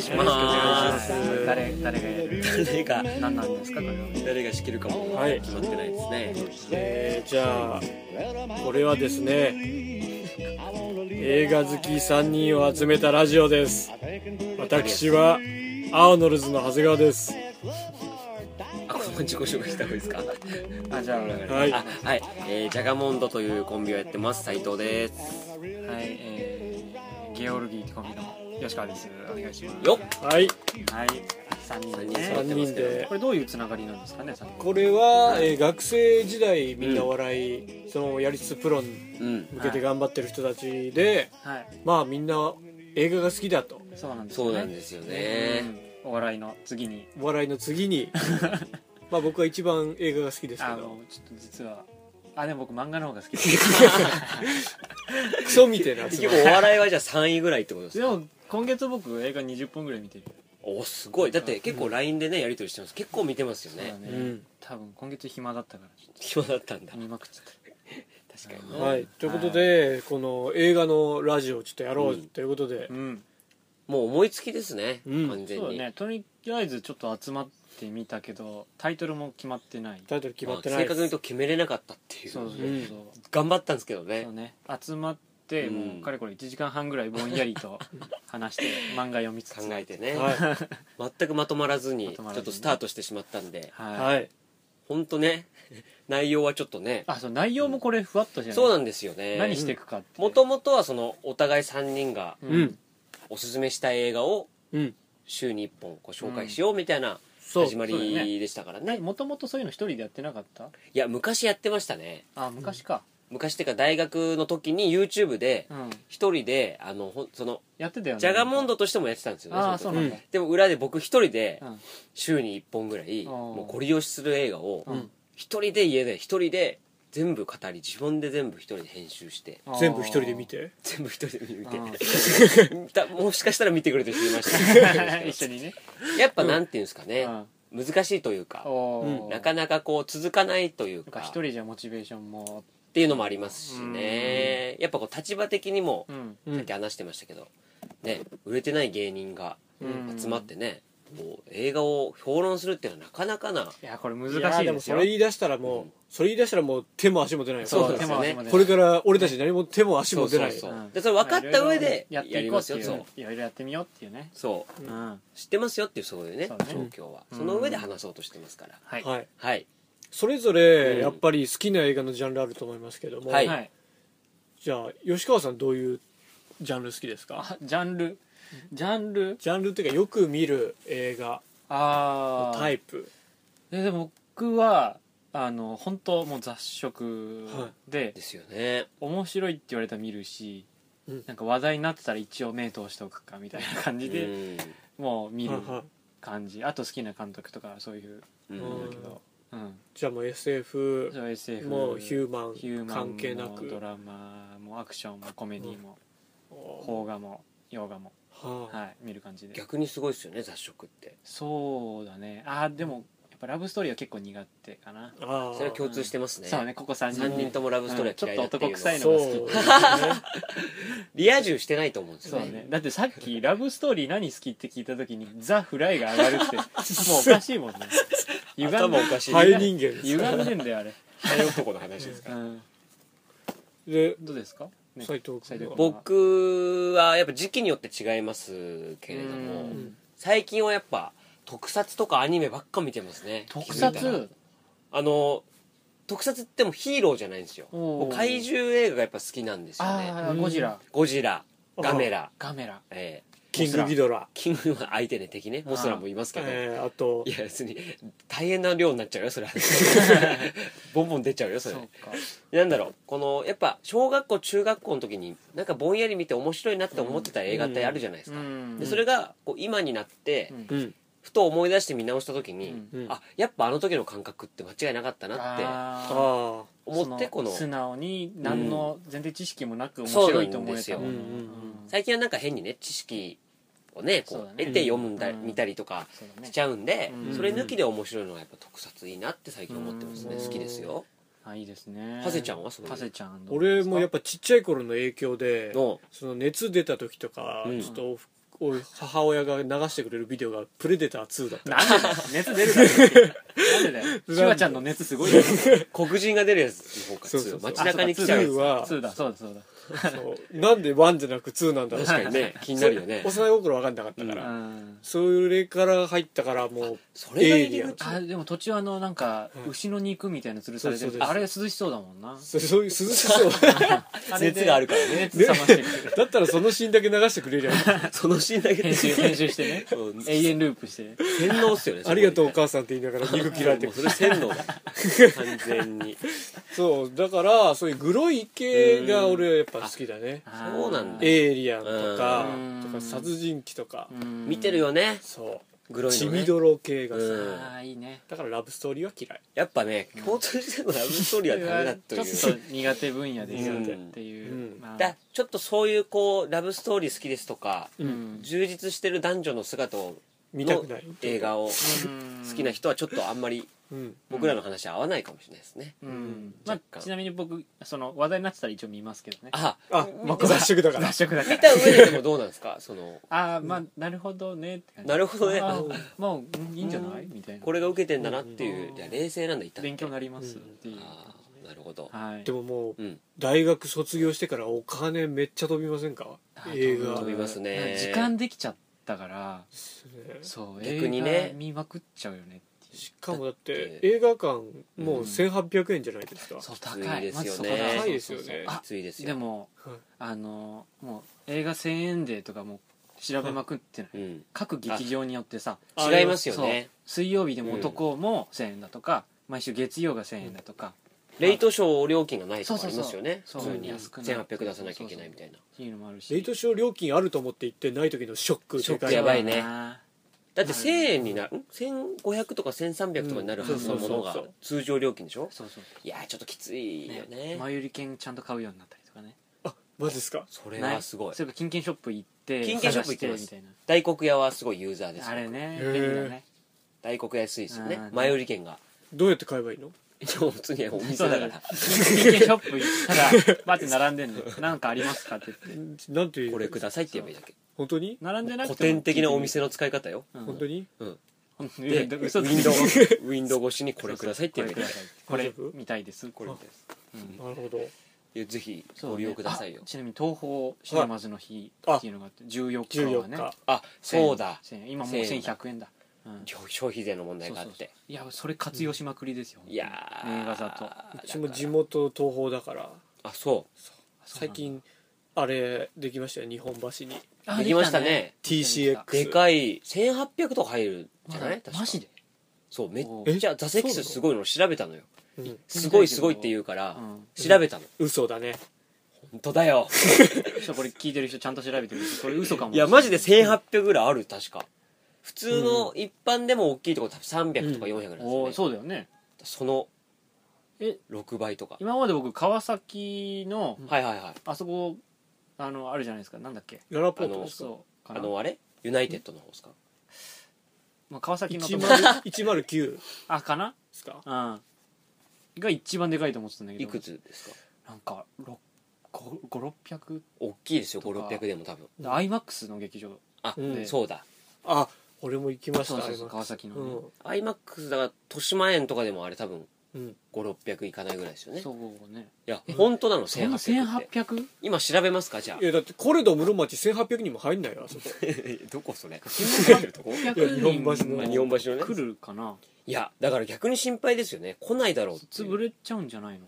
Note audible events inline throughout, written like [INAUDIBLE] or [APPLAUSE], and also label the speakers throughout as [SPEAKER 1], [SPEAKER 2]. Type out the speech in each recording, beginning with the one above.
[SPEAKER 1] します。
[SPEAKER 2] はい誰誰がやる
[SPEAKER 1] 誰が
[SPEAKER 2] 何なんですかこれは
[SPEAKER 1] 誰が仕切るかも
[SPEAKER 3] はい
[SPEAKER 1] 決まってないですね。
[SPEAKER 3] えーじゃあこれはですね映画好き3人を集めたラジオです私は青のルズの長谷川です
[SPEAKER 1] あ、この自己紹介した方がいいですか。
[SPEAKER 2] あじゃあ
[SPEAKER 3] はい
[SPEAKER 1] あ、はい、えー、ジャガモンドというコンビをやってます。斉藤です。
[SPEAKER 2] はい、えー、ゲオルギーコンビの吉川ですお願いします
[SPEAKER 1] よっ。
[SPEAKER 3] は
[SPEAKER 2] は
[SPEAKER 3] い
[SPEAKER 2] い三人で
[SPEAKER 1] 三
[SPEAKER 2] ね
[SPEAKER 3] 3人で
[SPEAKER 2] これどういうつながりなんですかね三人
[SPEAKER 3] これは、えー学生時代みんなお笑い、そのやりつつプロに
[SPEAKER 1] うん。
[SPEAKER 3] 向けて頑張ってる人たちで、
[SPEAKER 2] はい
[SPEAKER 3] まあみんな映画が好きだと
[SPEAKER 2] そうなんです
[SPEAKER 1] そ
[SPEAKER 2] よ
[SPEAKER 1] う
[SPEAKER 2] ね
[SPEAKER 1] なんですよね。
[SPEAKER 2] うんお笑いの次に
[SPEAKER 3] お笑いの
[SPEAKER 2] [LAUGHS]
[SPEAKER 3] 次にまあ僕は一番映画が好きですけ
[SPEAKER 2] あ
[SPEAKER 3] ど
[SPEAKER 2] のちょっと実はあでも僕漫画の方が好きです
[SPEAKER 3] クソみてえなやつ
[SPEAKER 1] 結局お [LAUGHS] 笑いはじゃあ3位ぐらいってことです
[SPEAKER 2] で
[SPEAKER 1] か
[SPEAKER 2] も今月僕映画20本ぐらい見てる
[SPEAKER 1] おすごいだって結構 LINE でねやり取りしてます結構見てますよ
[SPEAKER 2] そうだ
[SPEAKER 1] ね
[SPEAKER 2] ね、
[SPEAKER 3] うん
[SPEAKER 2] 多分今月暇だったからちょっ
[SPEAKER 1] 暇だったんだ
[SPEAKER 2] と見まくっちゃった
[SPEAKER 1] 確かにね
[SPEAKER 3] はい、ということで、この映画のラジオをちょっとやろうということで、
[SPEAKER 2] うん
[SPEAKER 1] もう思いつきですね
[SPEAKER 3] うん
[SPEAKER 1] 完全
[SPEAKER 2] そうだ
[SPEAKER 1] に
[SPEAKER 2] ねとりあえずちょっと集まってみたけどタイトルも決まってない
[SPEAKER 3] タイトル決まって
[SPEAKER 1] まあ
[SPEAKER 3] ない
[SPEAKER 1] 正確
[SPEAKER 3] で
[SPEAKER 1] に言う
[SPEAKER 3] す
[SPEAKER 1] と決めれなかったってい
[SPEAKER 2] そう
[SPEAKER 1] う
[SPEAKER 2] そう
[SPEAKER 3] うん
[SPEAKER 2] そう,、
[SPEAKER 1] 頑張ったんですけどね
[SPEAKER 2] そうね集まって
[SPEAKER 1] うん
[SPEAKER 2] もうかれこれ1時間半ぐらいぼんやりと話
[SPEAKER 1] [LAUGHS]
[SPEAKER 2] して漫画読みつ
[SPEAKER 1] 考
[SPEAKER 2] つ
[SPEAKER 1] えてね
[SPEAKER 3] は
[SPEAKER 1] 全くまとまらずに
[SPEAKER 2] ま
[SPEAKER 1] ち
[SPEAKER 2] と
[SPEAKER 1] ょ
[SPEAKER 2] まら
[SPEAKER 1] っ
[SPEAKER 2] ずに
[SPEAKER 1] とスタートしてしまったんで
[SPEAKER 3] い、
[SPEAKER 2] はい、
[SPEAKER 3] はい、
[SPEAKER 1] 本当ね [LAUGHS] 内容はちょっとね
[SPEAKER 2] あそう内容もこれふわっとじゃない
[SPEAKER 1] そうなんですよ
[SPEAKER 2] 何
[SPEAKER 1] ね
[SPEAKER 2] していくかって
[SPEAKER 1] もともとはそのお互い3人が
[SPEAKER 2] う
[SPEAKER 3] うん
[SPEAKER 2] ん、
[SPEAKER 1] おすすめしたい映画を
[SPEAKER 3] うん
[SPEAKER 1] 週に1本ご紹介しようみたいな
[SPEAKER 3] そう
[SPEAKER 1] 始ま
[SPEAKER 2] そうだ
[SPEAKER 1] り
[SPEAKER 2] ね
[SPEAKER 1] でしたから
[SPEAKER 2] な
[SPEAKER 1] ね
[SPEAKER 2] もともとそういうの一人でやってなかった
[SPEAKER 1] いや昔やってましたね
[SPEAKER 2] あ昔か、
[SPEAKER 1] 昔っていうか大学の時に YouTube で
[SPEAKER 2] うん、
[SPEAKER 1] 一人であのほんその
[SPEAKER 2] やってたよね
[SPEAKER 1] ジャガモンドとしてもやってたんですよね
[SPEAKER 2] ああ
[SPEAKER 1] そ
[SPEAKER 2] そ
[SPEAKER 1] の
[SPEAKER 2] う
[SPEAKER 1] 時
[SPEAKER 2] なんだ、
[SPEAKER 1] でも裏で僕一人で
[SPEAKER 2] うん
[SPEAKER 1] 週に1本ぐらい
[SPEAKER 2] あー
[SPEAKER 1] もうゴリ押しする映画を
[SPEAKER 2] うん
[SPEAKER 1] 一人で家で一人で全部語り自分で全部一人で編集して
[SPEAKER 3] 全部一人で見て
[SPEAKER 1] 全部一人で見
[SPEAKER 2] あー
[SPEAKER 1] て [LAUGHS] だもしかしたら見てくれてる人いましたね
[SPEAKER 2] [LAUGHS] 一緒にね、
[SPEAKER 1] やっぱなんていうんですか
[SPEAKER 2] う
[SPEAKER 1] ね
[SPEAKER 2] ん、
[SPEAKER 1] 難しいというか
[SPEAKER 2] おー
[SPEAKER 1] なかなかこう続かないという
[SPEAKER 2] なんか
[SPEAKER 1] か
[SPEAKER 2] 一人じゃモチベーションも、
[SPEAKER 1] っていうのもありますしねやっぱこう立場的にも
[SPEAKER 2] うん
[SPEAKER 3] うん
[SPEAKER 1] さっき話してましたけど、ね、売れてない芸人が
[SPEAKER 2] うん
[SPEAKER 1] 集まってね、こう映画を評論するっていうのはなかなかない
[SPEAKER 2] やこれ難
[SPEAKER 3] いや
[SPEAKER 2] し
[SPEAKER 3] ー
[SPEAKER 2] い
[SPEAKER 3] でも
[SPEAKER 2] です
[SPEAKER 3] そ
[SPEAKER 2] よ
[SPEAKER 3] れ言い出したらもう、
[SPEAKER 1] うん
[SPEAKER 3] それ言い出したらもう手も足も出ないよ
[SPEAKER 1] そうなんです
[SPEAKER 2] 手
[SPEAKER 1] よ
[SPEAKER 2] も足
[SPEAKER 1] ね
[SPEAKER 2] も出ない
[SPEAKER 3] これから俺たち何も手も足
[SPEAKER 1] そ
[SPEAKER 3] も
[SPEAKER 1] う
[SPEAKER 3] 出
[SPEAKER 1] そ
[SPEAKER 3] な
[SPEAKER 1] う
[SPEAKER 3] い
[SPEAKER 1] そう、
[SPEAKER 2] うん
[SPEAKER 1] でそれ分かった上で
[SPEAKER 2] や
[SPEAKER 1] や
[SPEAKER 2] ってい
[SPEAKER 1] り
[SPEAKER 2] こう
[SPEAKER 1] ま
[SPEAKER 2] っ
[SPEAKER 1] す
[SPEAKER 2] てい
[SPEAKER 1] よ
[SPEAKER 2] う
[SPEAKER 1] そう
[SPEAKER 2] いろいろやってみようっていうね
[SPEAKER 1] そう
[SPEAKER 2] うん、
[SPEAKER 1] 知ってますよっていうそういうね
[SPEAKER 2] そうね
[SPEAKER 1] 状況は
[SPEAKER 2] うん
[SPEAKER 1] その上で話そうとしてますから、
[SPEAKER 2] はい
[SPEAKER 3] はい、
[SPEAKER 1] はい
[SPEAKER 3] それぞれ
[SPEAKER 1] うん
[SPEAKER 3] やっぱり好きな映画のジャンルあると思いますけども、
[SPEAKER 1] はい
[SPEAKER 3] じゃあ吉川さんどういうジャンル好きですか
[SPEAKER 2] あジャンルジャンル
[SPEAKER 3] ジャンルっていうかよく見る映画
[SPEAKER 2] あ
[SPEAKER 3] の
[SPEAKER 2] あ
[SPEAKER 3] タイプ
[SPEAKER 2] ででも僕はあの本当もう雑食
[SPEAKER 3] は
[SPEAKER 2] で、
[SPEAKER 1] ですよね
[SPEAKER 2] 面白いって言われたら見るし、
[SPEAKER 3] うん
[SPEAKER 2] なんか話題になってたら一応目通しておくかみたいな感じで、もう見る
[SPEAKER 3] はいはい
[SPEAKER 2] 感じあと好きな監督とかそういう
[SPEAKER 1] うん
[SPEAKER 3] う
[SPEAKER 1] うん
[SPEAKER 2] だ
[SPEAKER 3] ん
[SPEAKER 2] けど、うん、
[SPEAKER 3] じゃあもう SF
[SPEAKER 2] じゃあ SF
[SPEAKER 3] もうヒューマン
[SPEAKER 2] ヒューマン
[SPEAKER 3] 関係な
[SPEAKER 2] も
[SPEAKER 3] く
[SPEAKER 2] ドラマもアクションもコメディも
[SPEAKER 3] は
[SPEAKER 2] 邦画も洋画も、
[SPEAKER 3] あ
[SPEAKER 2] はい、見る感じで
[SPEAKER 1] 逆にすごいですよね雑食って
[SPEAKER 2] そうだねあーでもやっぱラブストーリーは結構苦手かな、
[SPEAKER 3] ああ
[SPEAKER 1] それは共通してますね,、
[SPEAKER 2] そうねここ3人
[SPEAKER 1] 3人ともラブストーリーは嫌いだっていう
[SPEAKER 2] うん
[SPEAKER 1] の
[SPEAKER 2] ちょっと男臭い
[SPEAKER 1] は
[SPEAKER 2] の
[SPEAKER 3] そう
[SPEAKER 1] [LAUGHS] リア充してないと思うんです
[SPEAKER 2] そ
[SPEAKER 1] よ
[SPEAKER 2] う
[SPEAKER 1] ね
[SPEAKER 2] ねだってさっき「ラブストーリー何好き?」って聞いた時に「ザ・フライ」が上がるって
[SPEAKER 1] [LAUGHS]
[SPEAKER 2] もうおかしいもんね歪んで
[SPEAKER 1] 頭おかしい
[SPEAKER 3] ハエ人間です
[SPEAKER 2] [LAUGHS] 歪んでんだよあれ、
[SPEAKER 1] 太男の話です
[SPEAKER 2] うん、
[SPEAKER 3] で
[SPEAKER 2] どうですか、ね
[SPEAKER 3] 斉藤
[SPEAKER 2] 斉藤
[SPEAKER 3] 君
[SPEAKER 2] 君
[SPEAKER 1] [LAUGHS]
[SPEAKER 3] は
[SPEAKER 1] 僕はやっぱ時期によって違いますけれども、
[SPEAKER 2] うん
[SPEAKER 1] 最近はやっぱ特撮とかアニメばっか見てますね
[SPEAKER 2] 特
[SPEAKER 1] 気づいたら
[SPEAKER 2] 撮
[SPEAKER 1] あの特撮ってもうヒーローじゃないんですよ
[SPEAKER 2] おー
[SPEAKER 1] もう怪獣映画がやっぱ好きなんですよね
[SPEAKER 2] ああ
[SPEAKER 3] うん
[SPEAKER 2] ゴジラ
[SPEAKER 1] ゴジラガメラ
[SPEAKER 2] ガメラ
[SPEAKER 1] えー
[SPEAKER 3] キングギドラ
[SPEAKER 1] キングは相手ね敵ねモスラもいますけど、
[SPEAKER 3] えーあと
[SPEAKER 1] いや別に大変な量になっちゃうよそれ
[SPEAKER 2] [LAUGHS]
[SPEAKER 1] はボンボン出ちゃうよそれ
[SPEAKER 2] そうか
[SPEAKER 1] なんだろうこのやっぱ小学校中学校の時になんかぼんやり見て面白いなって思ってた映画ってあるじゃないですか、
[SPEAKER 2] うん
[SPEAKER 1] でそれがこう今になって、
[SPEAKER 2] うん
[SPEAKER 3] うん
[SPEAKER 1] ふと思い出して見直した時に、
[SPEAKER 3] うん
[SPEAKER 1] あやっぱあの時の感覚って間違いなかったなって
[SPEAKER 3] あ
[SPEAKER 2] あー
[SPEAKER 3] あ
[SPEAKER 1] 思って
[SPEAKER 2] そ
[SPEAKER 1] この
[SPEAKER 2] 素直に何の全然知識もなく面
[SPEAKER 1] そう
[SPEAKER 2] 白
[SPEAKER 1] なん
[SPEAKER 2] いと思えたもの
[SPEAKER 3] ですようんうんうん
[SPEAKER 1] 最近はなんか変にね知識をねこ
[SPEAKER 2] そううだね
[SPEAKER 1] 得て読むんだ、
[SPEAKER 2] うん
[SPEAKER 1] 見たりとか
[SPEAKER 2] そうだね
[SPEAKER 1] しちゃうんで、
[SPEAKER 2] うん
[SPEAKER 1] それ抜きで面白いのはやっぱ特撮いいなって最近思ってますね、
[SPEAKER 3] うん
[SPEAKER 1] 好きですよ
[SPEAKER 2] あいいですね
[SPEAKER 1] ハセちゃんはそういう
[SPEAKER 2] ハセちゃん
[SPEAKER 3] 俺もやっ
[SPEAKER 2] ぱ
[SPEAKER 3] ぱちっちゃい頃の影響で
[SPEAKER 1] の
[SPEAKER 3] その熱出た時とか
[SPEAKER 1] うん
[SPEAKER 3] ちょっとおふお母親が流してくれるビデオが「プレデター2」だった
[SPEAKER 2] なんでだよ熱出るからなんでだよシュワちゃんの熱すごいよ
[SPEAKER 1] 黒人が出るやつの方か
[SPEAKER 3] そうそうそう
[SPEAKER 1] 2街中に来ちゃ
[SPEAKER 3] あ
[SPEAKER 1] うや
[SPEAKER 3] そう
[SPEAKER 1] つ
[SPEAKER 3] かは
[SPEAKER 2] そうだそうだそうだ
[SPEAKER 3] そうなんで1じゃなく2なんだろう
[SPEAKER 1] 確かにね気になるよね
[SPEAKER 3] そう幼い頃分かんなかったから、
[SPEAKER 2] うん
[SPEAKER 3] それから入ったからもう
[SPEAKER 1] それが入り
[SPEAKER 3] エイリアン
[SPEAKER 1] 口
[SPEAKER 2] あでも途中あのなんか
[SPEAKER 3] うん
[SPEAKER 2] 牛の肉みたいなの吊るされて
[SPEAKER 3] そうそう
[SPEAKER 2] る
[SPEAKER 3] そう
[SPEAKER 2] あれ涼しそうだもんな
[SPEAKER 3] そそういう涼しそう [LAUGHS]
[SPEAKER 2] あれで
[SPEAKER 1] 熱があるからね
[SPEAKER 2] 熱冷ましてくれる
[SPEAKER 3] だったらそのシーンだけ流してくれ [LAUGHS] りゃいい
[SPEAKER 1] [LAUGHS] そのシーン
[SPEAKER 3] [LAUGHS]
[SPEAKER 1] だけ
[SPEAKER 2] 編集編集して
[SPEAKER 1] [LAUGHS]
[SPEAKER 2] ね
[SPEAKER 1] そう
[SPEAKER 2] 永遠ループして
[SPEAKER 1] 洗脳っすよね
[SPEAKER 3] ありがとうお
[SPEAKER 1] か
[SPEAKER 3] 母さんって言いながら肉切られて
[SPEAKER 1] もうそれ洗脳だよ完全に
[SPEAKER 3] [LAUGHS] そうだからそういうグロい系が俺はやっぱ好きだね
[SPEAKER 1] そうなんだ
[SPEAKER 3] エイリアンとか
[SPEAKER 2] うん
[SPEAKER 3] とか殺人鬼とか
[SPEAKER 1] 見てる
[SPEAKER 2] よ
[SPEAKER 1] よね
[SPEAKER 3] そ
[SPEAKER 1] グ
[SPEAKER 3] う
[SPEAKER 1] ロい
[SPEAKER 3] 血
[SPEAKER 1] の
[SPEAKER 3] み
[SPEAKER 1] ね
[SPEAKER 3] どろ系がさ
[SPEAKER 1] うん
[SPEAKER 2] ああいいね
[SPEAKER 3] だからラブストーリーは嫌い
[SPEAKER 1] やっぱね共通してるのラブストーリーはダメだと
[SPEAKER 2] ちょっ
[SPEAKER 1] いう
[SPEAKER 2] と苦手分野ですよ
[SPEAKER 1] うん
[SPEAKER 2] っていう
[SPEAKER 3] うん
[SPEAKER 2] まあ
[SPEAKER 1] だちょっとそういうこうラブストーリー好きですとか
[SPEAKER 2] うん
[SPEAKER 1] 充実してる男女の姿を
[SPEAKER 3] 見たくない
[SPEAKER 1] の映画を
[SPEAKER 2] うん
[SPEAKER 1] 好きな人はちょっとあんまり
[SPEAKER 3] うん
[SPEAKER 1] 僕らの話合わないかもしれないですね、
[SPEAKER 2] うんま
[SPEAKER 1] 若
[SPEAKER 2] あ
[SPEAKER 1] 干
[SPEAKER 2] ちなみに僕その話題になってたら一応見ますけどね
[SPEAKER 1] あ
[SPEAKER 3] あ
[SPEAKER 1] 見
[SPEAKER 3] 雑食だから
[SPEAKER 2] 雑食だから
[SPEAKER 1] 見た上ででもどうなんですかその
[SPEAKER 2] ああまあなるほどねって感じ
[SPEAKER 1] なるほどね
[SPEAKER 2] あーもううんいいんじゃないみたいな
[SPEAKER 1] これが受けてんだなっていう、
[SPEAKER 2] うん
[SPEAKER 1] じゃあ冷静なんだいった
[SPEAKER 2] 勉強になりますっていう
[SPEAKER 1] ああなるほど、
[SPEAKER 2] はい
[SPEAKER 3] でももう
[SPEAKER 1] うん
[SPEAKER 3] 大学卒業してからお金めっちゃ飛びませんか
[SPEAKER 2] あー
[SPEAKER 3] 映画
[SPEAKER 1] 飛びますね
[SPEAKER 2] 時間できちゃったからそう
[SPEAKER 1] 逆にね
[SPEAKER 2] 映画見まくっちゃうよねっていう
[SPEAKER 3] しかも
[SPEAKER 1] だ
[SPEAKER 3] だっ
[SPEAKER 1] ってて
[SPEAKER 3] 映画館もう
[SPEAKER 2] うん
[SPEAKER 3] 1800円じゃないですか
[SPEAKER 2] そう
[SPEAKER 1] 高
[SPEAKER 2] 高
[SPEAKER 1] い
[SPEAKER 2] い
[SPEAKER 1] ですよね
[SPEAKER 2] まずそこだ
[SPEAKER 3] 高いですよね
[SPEAKER 2] あ
[SPEAKER 1] きついですよ
[SPEAKER 2] でも
[SPEAKER 3] はい
[SPEAKER 2] あのもう映画1000円デーとかも調べまく
[SPEAKER 1] [LAUGHS]
[SPEAKER 2] ってない
[SPEAKER 1] うん、
[SPEAKER 2] 各劇場によってさ
[SPEAKER 3] あ
[SPEAKER 1] 違いますよね
[SPEAKER 2] 水曜日でも男も1000円だとか毎週月曜が1000円だとか
[SPEAKER 1] レイトショー料金がないとか
[SPEAKER 2] そ
[SPEAKER 1] あ
[SPEAKER 2] う
[SPEAKER 1] り
[SPEAKER 2] そうそう
[SPEAKER 1] ますよね
[SPEAKER 2] そう
[SPEAKER 1] 普通に
[SPEAKER 2] 安くなる
[SPEAKER 1] 1800出さなきゃいけないみたいな
[SPEAKER 2] っていうのもあるし
[SPEAKER 3] レイトショー料金あると思って行ってない時のショック
[SPEAKER 1] ショック
[SPEAKER 3] でかい
[SPEAKER 1] やばいね
[SPEAKER 2] あ
[SPEAKER 1] だって1000円になるん1500とか1500とかになるはずのもの
[SPEAKER 3] うんそう
[SPEAKER 1] が
[SPEAKER 3] そうそう
[SPEAKER 1] 通常料金でしょ
[SPEAKER 2] ーそうそう
[SPEAKER 1] いやーちょっときついよね
[SPEAKER 2] 前売り券ちゃんと買うようになったりとかね
[SPEAKER 3] あマジですか
[SPEAKER 1] それはすごい
[SPEAKER 2] それか金券ショップ行って
[SPEAKER 1] 金券ショップ行ってま
[SPEAKER 2] 探
[SPEAKER 1] す
[SPEAKER 2] してみたいな
[SPEAKER 1] 大黒屋はすごいユーザーです
[SPEAKER 2] あれね
[SPEAKER 3] へー
[SPEAKER 2] 便利だね
[SPEAKER 1] 大黒屋安いですよね
[SPEAKER 2] あー
[SPEAKER 1] 前売り券が
[SPEAKER 3] どうやって買えばいいの
[SPEAKER 1] いや普通にお店だから
[SPEAKER 2] 金券ショップ行ったらバーって並んでんのなんかありますかって言って
[SPEAKER 3] なんていう
[SPEAKER 1] これくださいって言えばいいだけ
[SPEAKER 3] 本当に
[SPEAKER 2] 並んでなくて
[SPEAKER 1] 古
[SPEAKER 2] も
[SPEAKER 1] 典的なお店の使い方よ
[SPEAKER 2] うん
[SPEAKER 3] 本当に
[SPEAKER 1] うん
[SPEAKER 2] 本当に
[SPEAKER 1] でウィンドウウ
[SPEAKER 2] 嘘つけ [LAUGHS]
[SPEAKER 1] ィンドウ越しにこれくださいって言えばいいだけ
[SPEAKER 2] これ
[SPEAKER 3] 大丈夫
[SPEAKER 2] 見たいです
[SPEAKER 1] これみたいです
[SPEAKER 2] うん
[SPEAKER 3] なるほど
[SPEAKER 1] いやぜひ
[SPEAKER 2] そう
[SPEAKER 1] ご利用くださいよ
[SPEAKER 2] あちなみに東宝シネマズの日っていうのがあって14日は
[SPEAKER 3] 14
[SPEAKER 2] ね
[SPEAKER 3] 日
[SPEAKER 1] あそうだ
[SPEAKER 2] 1000円今もう1100円だうん
[SPEAKER 1] 消費税の問題があって
[SPEAKER 2] いやそれ活用しまくりですよ、
[SPEAKER 1] いやー
[SPEAKER 2] 映画だ
[SPEAKER 3] うちも地元東宝だから
[SPEAKER 1] あそ
[SPEAKER 3] 最近あれできましたよ日本橋に
[SPEAKER 1] うできましたね
[SPEAKER 3] できた
[SPEAKER 1] でかい1800とか入るじゃない確か
[SPEAKER 2] マジで、
[SPEAKER 1] そうめっ
[SPEAKER 2] お
[SPEAKER 1] ちゃ座席数すごいの調べたのよ
[SPEAKER 3] うん
[SPEAKER 1] すごいすごいって言うから
[SPEAKER 2] うん
[SPEAKER 1] 調べたの
[SPEAKER 3] 嘘だね
[SPEAKER 1] 本当だよ
[SPEAKER 2] ちょっとこれ聞いてる人ちゃんと調べてみてこれ嘘かも
[SPEAKER 1] いやマジで1800ぐらいある確か普通の一般でも大きいとこ多分300とか400なんです
[SPEAKER 2] お
[SPEAKER 1] よ
[SPEAKER 2] ー
[SPEAKER 1] ね
[SPEAKER 2] そうだよね
[SPEAKER 1] その
[SPEAKER 2] え
[SPEAKER 1] 6倍とか
[SPEAKER 2] 今まで僕川崎の
[SPEAKER 1] はいはいはい
[SPEAKER 2] あそこあのあるじゃないですかなんだっけ
[SPEAKER 3] ララポート
[SPEAKER 1] あの
[SPEAKER 3] ですか
[SPEAKER 2] そうか
[SPEAKER 1] あ
[SPEAKER 2] な
[SPEAKER 1] のあれユナイテッドの方ですか
[SPEAKER 2] まあ、川崎のとこ
[SPEAKER 3] 109 109で
[SPEAKER 2] あかな
[SPEAKER 3] すか
[SPEAKER 2] うんが一番でかいと思ってたんだけど
[SPEAKER 1] いくつですか
[SPEAKER 2] なんか5600
[SPEAKER 1] 大きいですよ
[SPEAKER 2] とか
[SPEAKER 1] 5600でも多分
[SPEAKER 2] アイマックスの劇場
[SPEAKER 1] あ
[SPEAKER 3] うん
[SPEAKER 1] そうだ
[SPEAKER 3] あ俺も行きました
[SPEAKER 2] そうそうそう
[SPEAKER 3] あれは
[SPEAKER 2] 川崎のね、
[SPEAKER 1] iMAX だから豊島園とかでもあれ多分
[SPEAKER 3] うんうん
[SPEAKER 1] 5600いかないぐらいですよね
[SPEAKER 2] そうね
[SPEAKER 1] いや本当なの
[SPEAKER 2] そんな
[SPEAKER 1] 1800って
[SPEAKER 2] 1800?
[SPEAKER 1] 今調べますかじゃあ
[SPEAKER 3] いやだってコレド室町1800人も入んないよあそこ
[SPEAKER 1] どこ [LAUGHS] それ
[SPEAKER 2] 800
[SPEAKER 3] いや日本橋
[SPEAKER 2] 人
[SPEAKER 3] の
[SPEAKER 2] も
[SPEAKER 1] 日本橋のね
[SPEAKER 2] 来るかない
[SPEAKER 1] やだから逆に心配ですよね来ないだろうっていう
[SPEAKER 2] 潰れちゃうんじゃないの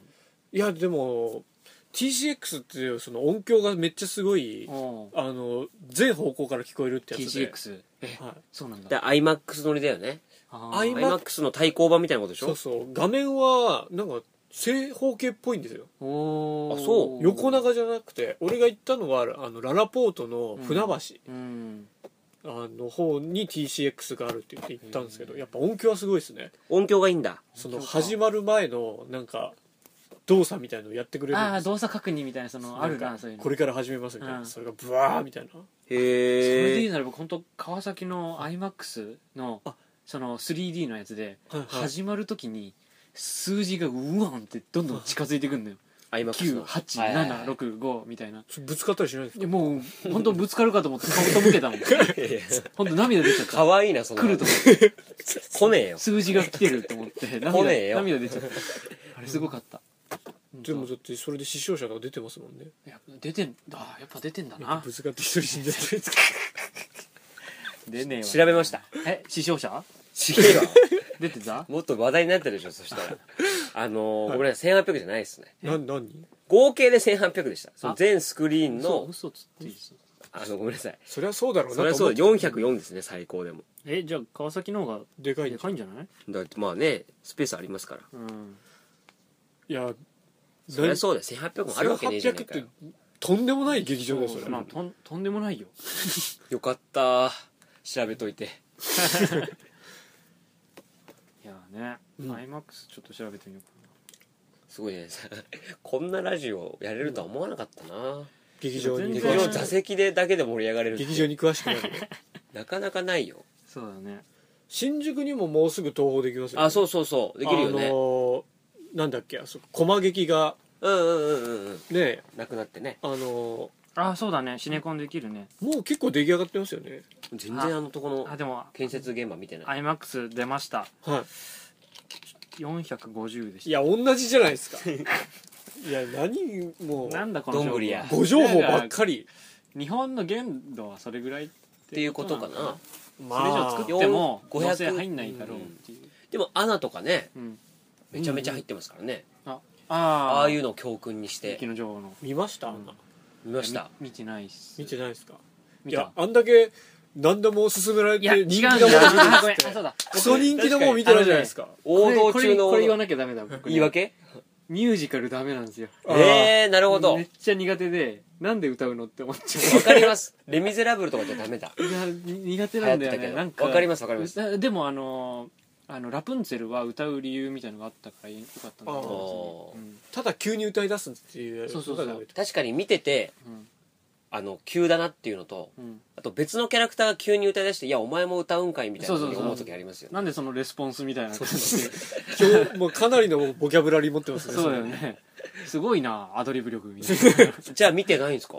[SPEAKER 3] いやでも TCX っていうその音響がめっちゃすごい
[SPEAKER 2] お
[SPEAKER 3] あの全方向から聞こえるってやつで
[SPEAKER 2] TGX え
[SPEAKER 3] はい
[SPEAKER 2] そうなんだ
[SPEAKER 1] だ iMAX 乗りだよね
[SPEAKER 2] あ
[SPEAKER 3] アイ
[SPEAKER 2] ー
[SPEAKER 3] マ
[SPEAKER 1] iMAX の対抗版みたいなことでし
[SPEAKER 3] そう
[SPEAKER 1] ょ
[SPEAKER 3] そう画面はなんか正方形っぽいんですよ
[SPEAKER 2] おー
[SPEAKER 1] あそう
[SPEAKER 3] 横長じゃなくて俺が行ったのはあのララポートの船橋、
[SPEAKER 2] うん
[SPEAKER 3] あの方に TCX があるって言って行ったんですけどやっぱ音響はすごいですね
[SPEAKER 1] 音響がいいんだ
[SPEAKER 3] そ
[SPEAKER 2] 音
[SPEAKER 3] の
[SPEAKER 2] 響か
[SPEAKER 3] 始まる前のなんか動作みたいのをやってくれるん
[SPEAKER 2] あ
[SPEAKER 3] で
[SPEAKER 2] あ
[SPEAKER 3] すよ
[SPEAKER 2] 動作確認みたいなそ
[SPEAKER 3] なん
[SPEAKER 2] の
[SPEAKER 3] か
[SPEAKER 2] あるなそういうの
[SPEAKER 3] これから始めますみたいな、
[SPEAKER 2] うん
[SPEAKER 3] それがブワーみたいな
[SPEAKER 2] それで
[SPEAKER 1] へ
[SPEAKER 2] 言
[SPEAKER 1] え
[SPEAKER 2] うなら僕本当川崎の iMAX の
[SPEAKER 3] あ
[SPEAKER 2] その 3D のやつで
[SPEAKER 3] はいはい
[SPEAKER 2] 始まる時に数字がうわんってどんどん近づいてくんのよ
[SPEAKER 1] IMAX のはいはいはい
[SPEAKER 2] 98765みたいな
[SPEAKER 3] それぶつかったりしないんです
[SPEAKER 2] いやもう本当ぶつかるかと思って顔と向けたもん
[SPEAKER 1] いやいや
[SPEAKER 2] 本当涙出ちゃった
[SPEAKER 1] 可愛いなその
[SPEAKER 2] 来ると思って
[SPEAKER 1] 来ねえよ
[SPEAKER 2] 数字が来てると思って
[SPEAKER 1] 来ねえ
[SPEAKER 2] 涙
[SPEAKER 1] よ
[SPEAKER 2] 涙出ちゃったあれすごかった
[SPEAKER 3] でもだってそれで死傷者とか出てますもんね
[SPEAKER 2] やっぱ出てんだやっぱ出てんだな
[SPEAKER 3] ぶつかって一人死んじゃって
[SPEAKER 1] [LAUGHS]
[SPEAKER 2] 出ねえわ
[SPEAKER 1] 調べました
[SPEAKER 2] え死傷者
[SPEAKER 1] 違えわ
[SPEAKER 2] 出て
[SPEAKER 1] [LAUGHS]
[SPEAKER 2] た
[SPEAKER 1] もっと話題になってるでしょそ [LAUGHS] したらあのーごめんなさい1800じゃないですね
[SPEAKER 3] な何
[SPEAKER 1] 合計で1800でしたその全スクリーン
[SPEAKER 2] 嘘
[SPEAKER 1] の
[SPEAKER 2] 嘘つっていいです
[SPEAKER 1] あのごめんなさい
[SPEAKER 3] そりゃそうだろうな
[SPEAKER 1] それはそうだ
[SPEAKER 3] と思って
[SPEAKER 1] 404ですね最高でも
[SPEAKER 2] えじゃあ川崎の方
[SPEAKER 3] でか
[SPEAKER 2] が
[SPEAKER 3] いん
[SPEAKER 2] で
[SPEAKER 3] じゃ
[SPEAKER 2] か
[SPEAKER 3] ん
[SPEAKER 2] いんじゃない
[SPEAKER 1] だってまあねスペースありますから
[SPEAKER 2] うん
[SPEAKER 3] いや
[SPEAKER 1] そりゃそうだよ1800もあるわけねえじゃねえ
[SPEAKER 3] 1800っ
[SPEAKER 1] か
[SPEAKER 3] て
[SPEAKER 1] よ
[SPEAKER 3] とんでもない劇場だよそれ
[SPEAKER 2] まあとんとんでもないよ
[SPEAKER 1] よかった調べといて
[SPEAKER 2] いやね
[SPEAKER 3] うん
[SPEAKER 2] IMAX ちょっと調べてみよう
[SPEAKER 1] すごいね [LAUGHS] こんなラジオやれるとは思わなかったな
[SPEAKER 3] 劇場に
[SPEAKER 2] 全
[SPEAKER 1] 劇
[SPEAKER 2] 然
[SPEAKER 1] 場座席でだけで盛り上がれるって
[SPEAKER 3] 劇場に詳しく
[SPEAKER 1] [LAUGHS]
[SPEAKER 3] なるね
[SPEAKER 1] なかなかないよ
[SPEAKER 2] かなそうだね
[SPEAKER 3] 新宿にももうすぐ東宝できますよ
[SPEAKER 1] あそうそうそうできるよ
[SPEAKER 3] あ
[SPEAKER 1] ね
[SPEAKER 3] のーなんだっけあそこ駒劇が
[SPEAKER 1] うんうんうんうんうん
[SPEAKER 3] ね
[SPEAKER 1] なくなってね
[SPEAKER 3] あの
[SPEAKER 2] あそうだねシネコンできるね
[SPEAKER 3] ーもう結構出来上がってますよね
[SPEAKER 1] 全然あのとこの
[SPEAKER 2] あでも
[SPEAKER 1] 建設現場見てない
[SPEAKER 2] IMAX 出ました
[SPEAKER 3] は
[SPEAKER 2] 450で
[SPEAKER 3] いい
[SPEAKER 2] し
[SPEAKER 3] や同じじゃない
[SPEAKER 1] [LAUGHS]
[SPEAKER 3] ですかいや何も
[SPEAKER 2] たな
[SPEAKER 3] うん
[SPEAKER 2] だこの情報
[SPEAKER 1] どんぐりや
[SPEAKER 3] ご情報ばっかり
[SPEAKER 2] 日本の限度はそれぐらいっ
[SPEAKER 1] っていうこと
[SPEAKER 2] な
[SPEAKER 1] か
[SPEAKER 2] の
[SPEAKER 1] な
[SPEAKER 3] ま
[SPEAKER 2] それ以上作っても
[SPEAKER 1] まあ
[SPEAKER 2] 500性入んないだろうっていう、
[SPEAKER 1] でもアナとかね
[SPEAKER 2] うん
[SPEAKER 1] めちゃめちゃ入ってますからね
[SPEAKER 2] ああ
[SPEAKER 1] ああいう
[SPEAKER 2] の
[SPEAKER 1] のを教訓にし
[SPEAKER 2] 雪
[SPEAKER 1] て
[SPEAKER 2] の女王の
[SPEAKER 3] 見ました、
[SPEAKER 2] うん
[SPEAKER 1] 見ました
[SPEAKER 2] 見見てないっす
[SPEAKER 3] 見てないですかい
[SPEAKER 2] 見
[SPEAKER 3] や
[SPEAKER 2] た
[SPEAKER 3] あんだけ何でも勧められ
[SPEAKER 2] いや違う
[SPEAKER 3] て
[SPEAKER 2] ん
[SPEAKER 3] 人気
[SPEAKER 2] だあ
[SPEAKER 3] のもの見て
[SPEAKER 2] ーごめ
[SPEAKER 3] る
[SPEAKER 2] ん
[SPEAKER 3] っつっ
[SPEAKER 2] あそうだ
[SPEAKER 3] てクソ人気のもの見てないじゃないですか
[SPEAKER 1] 王道
[SPEAKER 2] これ
[SPEAKER 1] 中の王
[SPEAKER 2] これこれ言わ
[SPEAKER 1] 道
[SPEAKER 2] なきゃダメだ僕ね
[SPEAKER 1] 言い訳
[SPEAKER 2] ミュージカルダメなんですよ
[SPEAKER 3] あー
[SPEAKER 1] ええなるほど
[SPEAKER 2] めっちゃ苦手でなんで歌うのって思っちゃ
[SPEAKER 1] わかりますレ・ミゼラブルとかじゃダメだ
[SPEAKER 2] ういやに苦手なんだよ
[SPEAKER 1] 流行ってたけ
[SPEAKER 2] ね
[SPEAKER 1] ど
[SPEAKER 2] なんか
[SPEAKER 1] わかりますわかります
[SPEAKER 2] すでもあのあのラプンツェルは歌う理由みたいのがあったからよかったんだけど
[SPEAKER 1] あー
[SPEAKER 2] 別に
[SPEAKER 3] ただ急に歌い出すっていう
[SPEAKER 2] そうそうそう
[SPEAKER 3] のがダメ
[SPEAKER 1] 確かに見てて
[SPEAKER 2] うん
[SPEAKER 1] あの急だなっていうのと
[SPEAKER 2] うんうん
[SPEAKER 1] あと別のキャラクターが急に歌い出して「いやお前も歌うんかい」みたいなふうに
[SPEAKER 2] そうそうそう
[SPEAKER 1] 思う時ありますよね
[SPEAKER 2] なんでそのレスポンスみたいな感じで
[SPEAKER 3] 今日もうかなりのボキャブラリー持ってますね
[SPEAKER 2] [LAUGHS] そうだ
[SPEAKER 3] れ
[SPEAKER 2] よねすごいなアドリブ力みた
[SPEAKER 1] [LAUGHS]
[SPEAKER 2] いなちょっ
[SPEAKER 1] じゃあ見てないんですか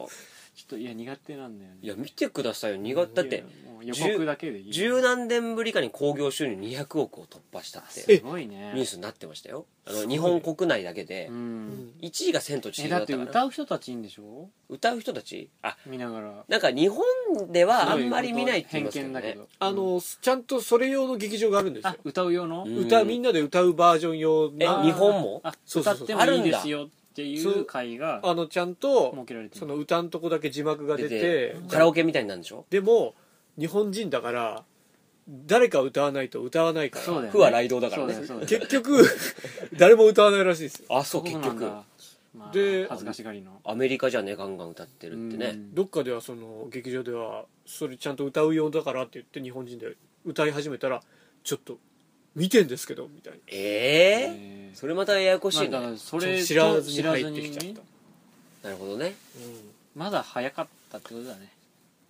[SPEAKER 2] といや苦手なんだよね
[SPEAKER 1] いや見てくださいよ苦手だっ
[SPEAKER 2] い
[SPEAKER 1] て
[SPEAKER 2] やもう予告だけでいい
[SPEAKER 1] 十何年ぶりかに興行収入200億を突破したっ
[SPEAKER 2] す
[SPEAKER 1] て
[SPEAKER 2] ごいね
[SPEAKER 1] ニュースになってましたよあの日本国内だけで
[SPEAKER 2] うん
[SPEAKER 1] 1位が「千と千
[SPEAKER 2] え
[SPEAKER 1] 尋」
[SPEAKER 2] だ
[SPEAKER 1] だ
[SPEAKER 2] っ
[SPEAKER 1] ってたから
[SPEAKER 2] 歌う人たちいいんでしょ
[SPEAKER 1] 歌う人たちあ
[SPEAKER 2] 見ながら
[SPEAKER 1] なんか日本ではあんまり見ないって言
[SPEAKER 2] 偏
[SPEAKER 1] いますけ
[SPEAKER 2] 見
[SPEAKER 1] ど
[SPEAKER 2] だけ
[SPEAKER 1] ね
[SPEAKER 2] ど
[SPEAKER 3] あのちゃんとそれ用の劇場があるんですよ
[SPEAKER 2] あ歌う用の
[SPEAKER 1] うん
[SPEAKER 3] 歌みんなで歌うバージョン用
[SPEAKER 1] え
[SPEAKER 2] あー
[SPEAKER 1] 日本も
[SPEAKER 2] あ
[SPEAKER 3] そう
[SPEAKER 2] 歌
[SPEAKER 3] そ
[SPEAKER 2] っ
[SPEAKER 3] うそ
[SPEAKER 2] て
[SPEAKER 3] う
[SPEAKER 2] もいいですよっていう会が
[SPEAKER 3] あのちゃんと
[SPEAKER 2] 設けられて
[SPEAKER 3] そ
[SPEAKER 2] る
[SPEAKER 3] の歌んとこだけ字幕が出
[SPEAKER 1] 出
[SPEAKER 3] て
[SPEAKER 1] てカラオケみたいになるんでしょ
[SPEAKER 3] でも日本人だから誰か歌わないと歌わないから
[SPEAKER 2] そうだよね
[SPEAKER 1] 不和雷同だからね
[SPEAKER 2] そうよそうだよ
[SPEAKER 3] 結局 [LAUGHS] 誰も歌わないらしいですよ
[SPEAKER 1] あそう結
[SPEAKER 2] なんだ
[SPEAKER 1] 局
[SPEAKER 2] まあ
[SPEAKER 3] で
[SPEAKER 2] 恥ずかしがりの
[SPEAKER 1] アメリカじゃねガンガン歌ってるって
[SPEAKER 2] う
[SPEAKER 1] ね
[SPEAKER 2] ん
[SPEAKER 3] どっかではその劇場ではそれちゃんと歌う用だからって言って日本人で歌い始めたらちょっと見てんですけどみたいな
[SPEAKER 1] ええ
[SPEAKER 2] えー
[SPEAKER 1] それまたややこしい
[SPEAKER 2] まあ
[SPEAKER 1] な
[SPEAKER 2] だからそ
[SPEAKER 3] ちょっ
[SPEAKER 2] れ
[SPEAKER 3] と知らずに
[SPEAKER 2] 知ら
[SPEAKER 3] 入
[SPEAKER 2] ず
[SPEAKER 3] ってき
[SPEAKER 2] に
[SPEAKER 3] ちゃった
[SPEAKER 2] ね、
[SPEAKER 1] なるほどね
[SPEAKER 2] まだ早かったってことだね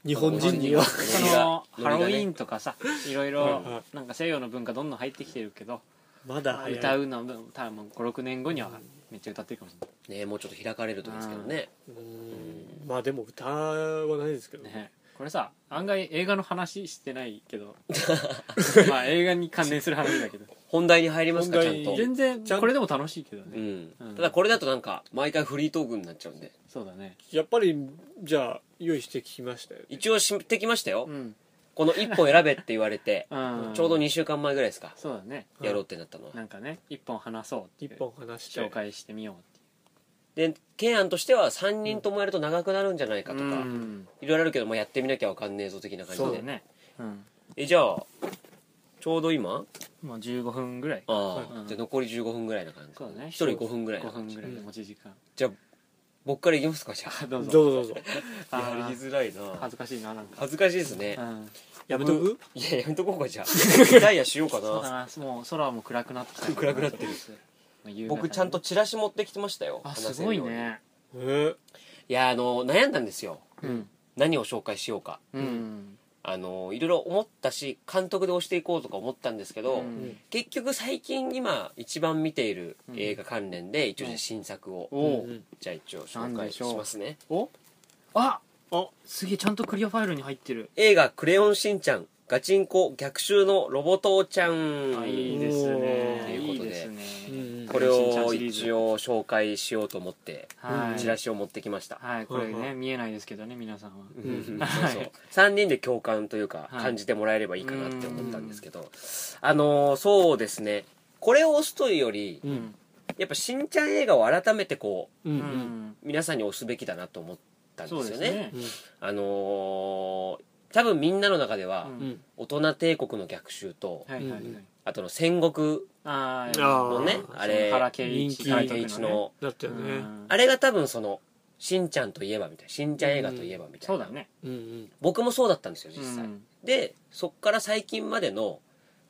[SPEAKER 3] 日本人には
[SPEAKER 1] 日
[SPEAKER 2] そ
[SPEAKER 1] ノリが
[SPEAKER 2] のハ
[SPEAKER 1] ノリ
[SPEAKER 2] ロ
[SPEAKER 1] が
[SPEAKER 2] ウ
[SPEAKER 1] ね
[SPEAKER 2] ィーンとかさいろい
[SPEAKER 3] うんうん
[SPEAKER 2] ろなんか西洋の文化どんどん入ってきてるけど
[SPEAKER 3] まだ早い
[SPEAKER 2] 歌うのは多分56年後にはめっちゃ歌ってるかもしれ
[SPEAKER 1] ねもうちょっと開かれるといいですけどね
[SPEAKER 3] うんまあでも歌はないですけど
[SPEAKER 2] ないねこれさ案外映画の話してないけどまあ映画に関連する話だけど
[SPEAKER 1] 本題に入りますか
[SPEAKER 3] 本
[SPEAKER 1] ちゃ
[SPEAKER 3] 題
[SPEAKER 1] んと
[SPEAKER 2] 全然
[SPEAKER 3] ちゃん
[SPEAKER 2] これでも楽しいけど
[SPEAKER 1] う
[SPEAKER 2] ね
[SPEAKER 1] ん
[SPEAKER 2] うん
[SPEAKER 1] ただこれだとなんか毎回フリートークになっちゃうんで
[SPEAKER 2] そうだね
[SPEAKER 3] やっぱりじゃあ用意してきましたよね
[SPEAKER 1] 一応してきましたよ
[SPEAKER 2] うん
[SPEAKER 1] この1本選べって言われて
[SPEAKER 2] うん
[SPEAKER 1] ちょうど2週間前ぐらいですか
[SPEAKER 2] そうだね
[SPEAKER 3] うん
[SPEAKER 1] やろうってなったのは
[SPEAKER 2] なんかね一本話そうってい
[SPEAKER 3] 一
[SPEAKER 2] う
[SPEAKER 3] 本話して
[SPEAKER 2] 紹介してみようってい
[SPEAKER 1] でケ案としては3人ともやると長くなるんじゃないかと
[SPEAKER 2] う
[SPEAKER 1] か
[SPEAKER 2] うん
[SPEAKER 1] いろいろあるけどもうやってみなきゃわかんねえぞ的な感
[SPEAKER 2] そう
[SPEAKER 1] じ
[SPEAKER 2] だ
[SPEAKER 1] で
[SPEAKER 2] ねうん
[SPEAKER 1] えじゃあちょうど今
[SPEAKER 2] もう15分ぐらい
[SPEAKER 1] あ
[SPEAKER 2] う
[SPEAKER 1] あ
[SPEAKER 2] ん
[SPEAKER 1] じゃあ残り15分ぐらいな感じ
[SPEAKER 2] そうだね
[SPEAKER 1] 1人5分ぐらいな
[SPEAKER 2] 5
[SPEAKER 1] 感
[SPEAKER 2] 分
[SPEAKER 1] じ
[SPEAKER 2] ぐらいの持ち時間
[SPEAKER 1] じゃあ僕からいきますかじゃ
[SPEAKER 2] どう
[SPEAKER 3] どう
[SPEAKER 2] ぞ
[SPEAKER 3] ぞどうぞ
[SPEAKER 1] あ
[SPEAKER 2] あ
[SPEAKER 1] やり
[SPEAKER 2] ー
[SPEAKER 1] づらいな
[SPEAKER 2] 恥ずかしいななんか
[SPEAKER 1] 恥ずかしいですね
[SPEAKER 2] うん
[SPEAKER 3] やめとく
[SPEAKER 1] いややめとこうかじゃ
[SPEAKER 2] [LAUGHS]
[SPEAKER 1] あリタイアしようか
[SPEAKER 2] そうだ
[SPEAKER 1] な
[SPEAKER 2] なもう空も暗くなってきた
[SPEAKER 1] 暗くなってる
[SPEAKER 2] 夕方
[SPEAKER 1] 僕ちゃんとチラシ持ってきてましたよ
[SPEAKER 2] あ
[SPEAKER 1] 話せる
[SPEAKER 2] すごい
[SPEAKER 1] ように
[SPEAKER 2] ね
[SPEAKER 3] え
[SPEAKER 1] いやあの悩んだんですよ
[SPEAKER 2] うん
[SPEAKER 1] 何を紹介しようか
[SPEAKER 2] うん
[SPEAKER 1] あのいろいろ思ったし監督で押していこうとか思ったんですけ
[SPEAKER 4] う
[SPEAKER 1] ど、
[SPEAKER 4] ん
[SPEAKER 1] 結局最近今一番見ている映画関連で、一応じゃあ新作を、
[SPEAKER 4] おう
[SPEAKER 3] うん
[SPEAKER 1] じゃあ一応紹介しますね
[SPEAKER 4] お
[SPEAKER 2] ああすげえちゃんとクリアファイルに入ってる
[SPEAKER 1] 映画「クレヨンしんちゃんガチンコ逆襲のロボ父ちゃん」
[SPEAKER 4] あいいです
[SPEAKER 1] お
[SPEAKER 4] ね
[SPEAKER 1] ー
[SPEAKER 4] いいです
[SPEAKER 3] うん
[SPEAKER 4] ね
[SPEAKER 3] うん
[SPEAKER 1] これを一応紹介しようと思って
[SPEAKER 2] はい
[SPEAKER 1] チラシを持ってきました、
[SPEAKER 2] はいこれ
[SPEAKER 3] はいは
[SPEAKER 2] ね
[SPEAKER 3] い
[SPEAKER 2] 見えないですけどね皆さんは
[SPEAKER 1] うん
[SPEAKER 3] うん
[SPEAKER 1] そうそ
[SPEAKER 2] は
[SPEAKER 1] う
[SPEAKER 2] い
[SPEAKER 1] 3人で共感というか
[SPEAKER 2] はい
[SPEAKER 1] 感じてもらえればいいかなって思ったんですけどあのーそうですねこれを押すというより
[SPEAKER 3] うん
[SPEAKER 1] やっぱしんちゃん映画を改めてこ
[SPEAKER 3] う
[SPEAKER 2] うん
[SPEAKER 3] うん
[SPEAKER 2] ん
[SPEAKER 1] う皆さんに押すべきだなと思ったんです
[SPEAKER 4] そう
[SPEAKER 1] よ
[SPEAKER 4] です
[SPEAKER 1] ね
[SPEAKER 4] ね
[SPEAKER 1] あのー多分みんなの中では
[SPEAKER 2] う
[SPEAKER 3] うんんうん
[SPEAKER 1] 大人帝国の逆襲と、
[SPEAKER 2] はいはいはい
[SPEAKER 3] うん
[SPEAKER 1] あとの戦国
[SPEAKER 2] あー
[SPEAKER 3] あー
[SPEAKER 1] のね
[SPEAKER 2] その
[SPEAKER 1] あれ
[SPEAKER 2] 原敬一
[SPEAKER 3] 人気
[SPEAKER 1] 原敬一の
[SPEAKER 3] だったよ
[SPEAKER 2] う
[SPEAKER 3] ね
[SPEAKER 2] ん
[SPEAKER 1] あれが多分そのしんちゃんといえばみたいなしんちゃん映画といえばみた
[SPEAKER 4] そ
[SPEAKER 1] いうな、
[SPEAKER 4] だね
[SPEAKER 3] うんうん
[SPEAKER 1] 僕もそうだったんですよ実際、
[SPEAKER 2] うん
[SPEAKER 1] でそっから最近までの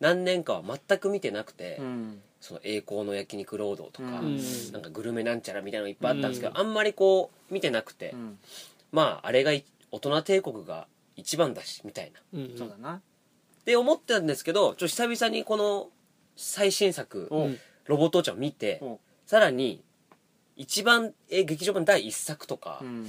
[SPEAKER 1] 何年かは全く見てなくて、
[SPEAKER 2] うん
[SPEAKER 1] その栄光の焼肉労働とか、
[SPEAKER 2] うん
[SPEAKER 1] なんかグルメなんちゃらみたいなのいっぱいあったんですけど、
[SPEAKER 3] う
[SPEAKER 1] あんまりこう見てなくて、
[SPEAKER 2] うん
[SPEAKER 1] まああれがい大人帝国が一番だしみたいな
[SPEAKER 3] うんうん
[SPEAKER 2] そうだな
[SPEAKER 1] って思ってたんですけどちょっと久々にこの最新作
[SPEAKER 4] お
[SPEAKER 3] うん
[SPEAKER 1] 「ロボ父ちゃん」を見て
[SPEAKER 4] お
[SPEAKER 1] さらに一番え劇場版第一作とか、
[SPEAKER 2] うん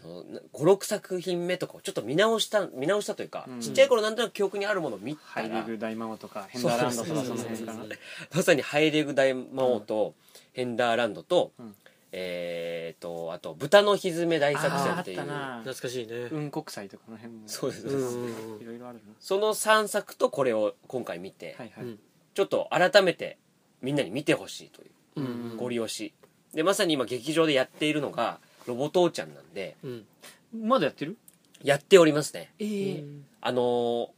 [SPEAKER 1] あの56作品目とかをちょっと見直した見直したというか、
[SPEAKER 2] うん
[SPEAKER 1] ちっちゃい頃なんとなく記憶にあるものを見
[SPEAKER 4] ハ
[SPEAKER 1] た
[SPEAKER 4] イリ
[SPEAKER 1] ら
[SPEAKER 4] グ大魔王とかヘンダーランドとかその辺かな
[SPEAKER 3] そうそうそう
[SPEAKER 1] [LAUGHS] まさにハイレグ大魔王と、ヘンダーランドと、
[SPEAKER 2] うん
[SPEAKER 1] えー、とあと「豚のひずめ大作戦」っていう
[SPEAKER 2] あーあったな
[SPEAKER 3] 懐かしいね
[SPEAKER 2] うん国際とかの辺も
[SPEAKER 1] そうです、
[SPEAKER 3] うんうん
[SPEAKER 2] いろいろあるな
[SPEAKER 1] その3作とこれを今回見て、
[SPEAKER 2] はいは
[SPEAKER 3] う
[SPEAKER 2] い
[SPEAKER 3] ん
[SPEAKER 1] ちょっと改めてみんなに見てほしいという
[SPEAKER 3] うん
[SPEAKER 2] うん
[SPEAKER 1] ご利用しでまさに今劇場でやっているのが「ロボ父ちゃん」なんで
[SPEAKER 3] うん
[SPEAKER 2] まだやってる
[SPEAKER 1] やっておりますね
[SPEAKER 2] え
[SPEAKER 1] あのー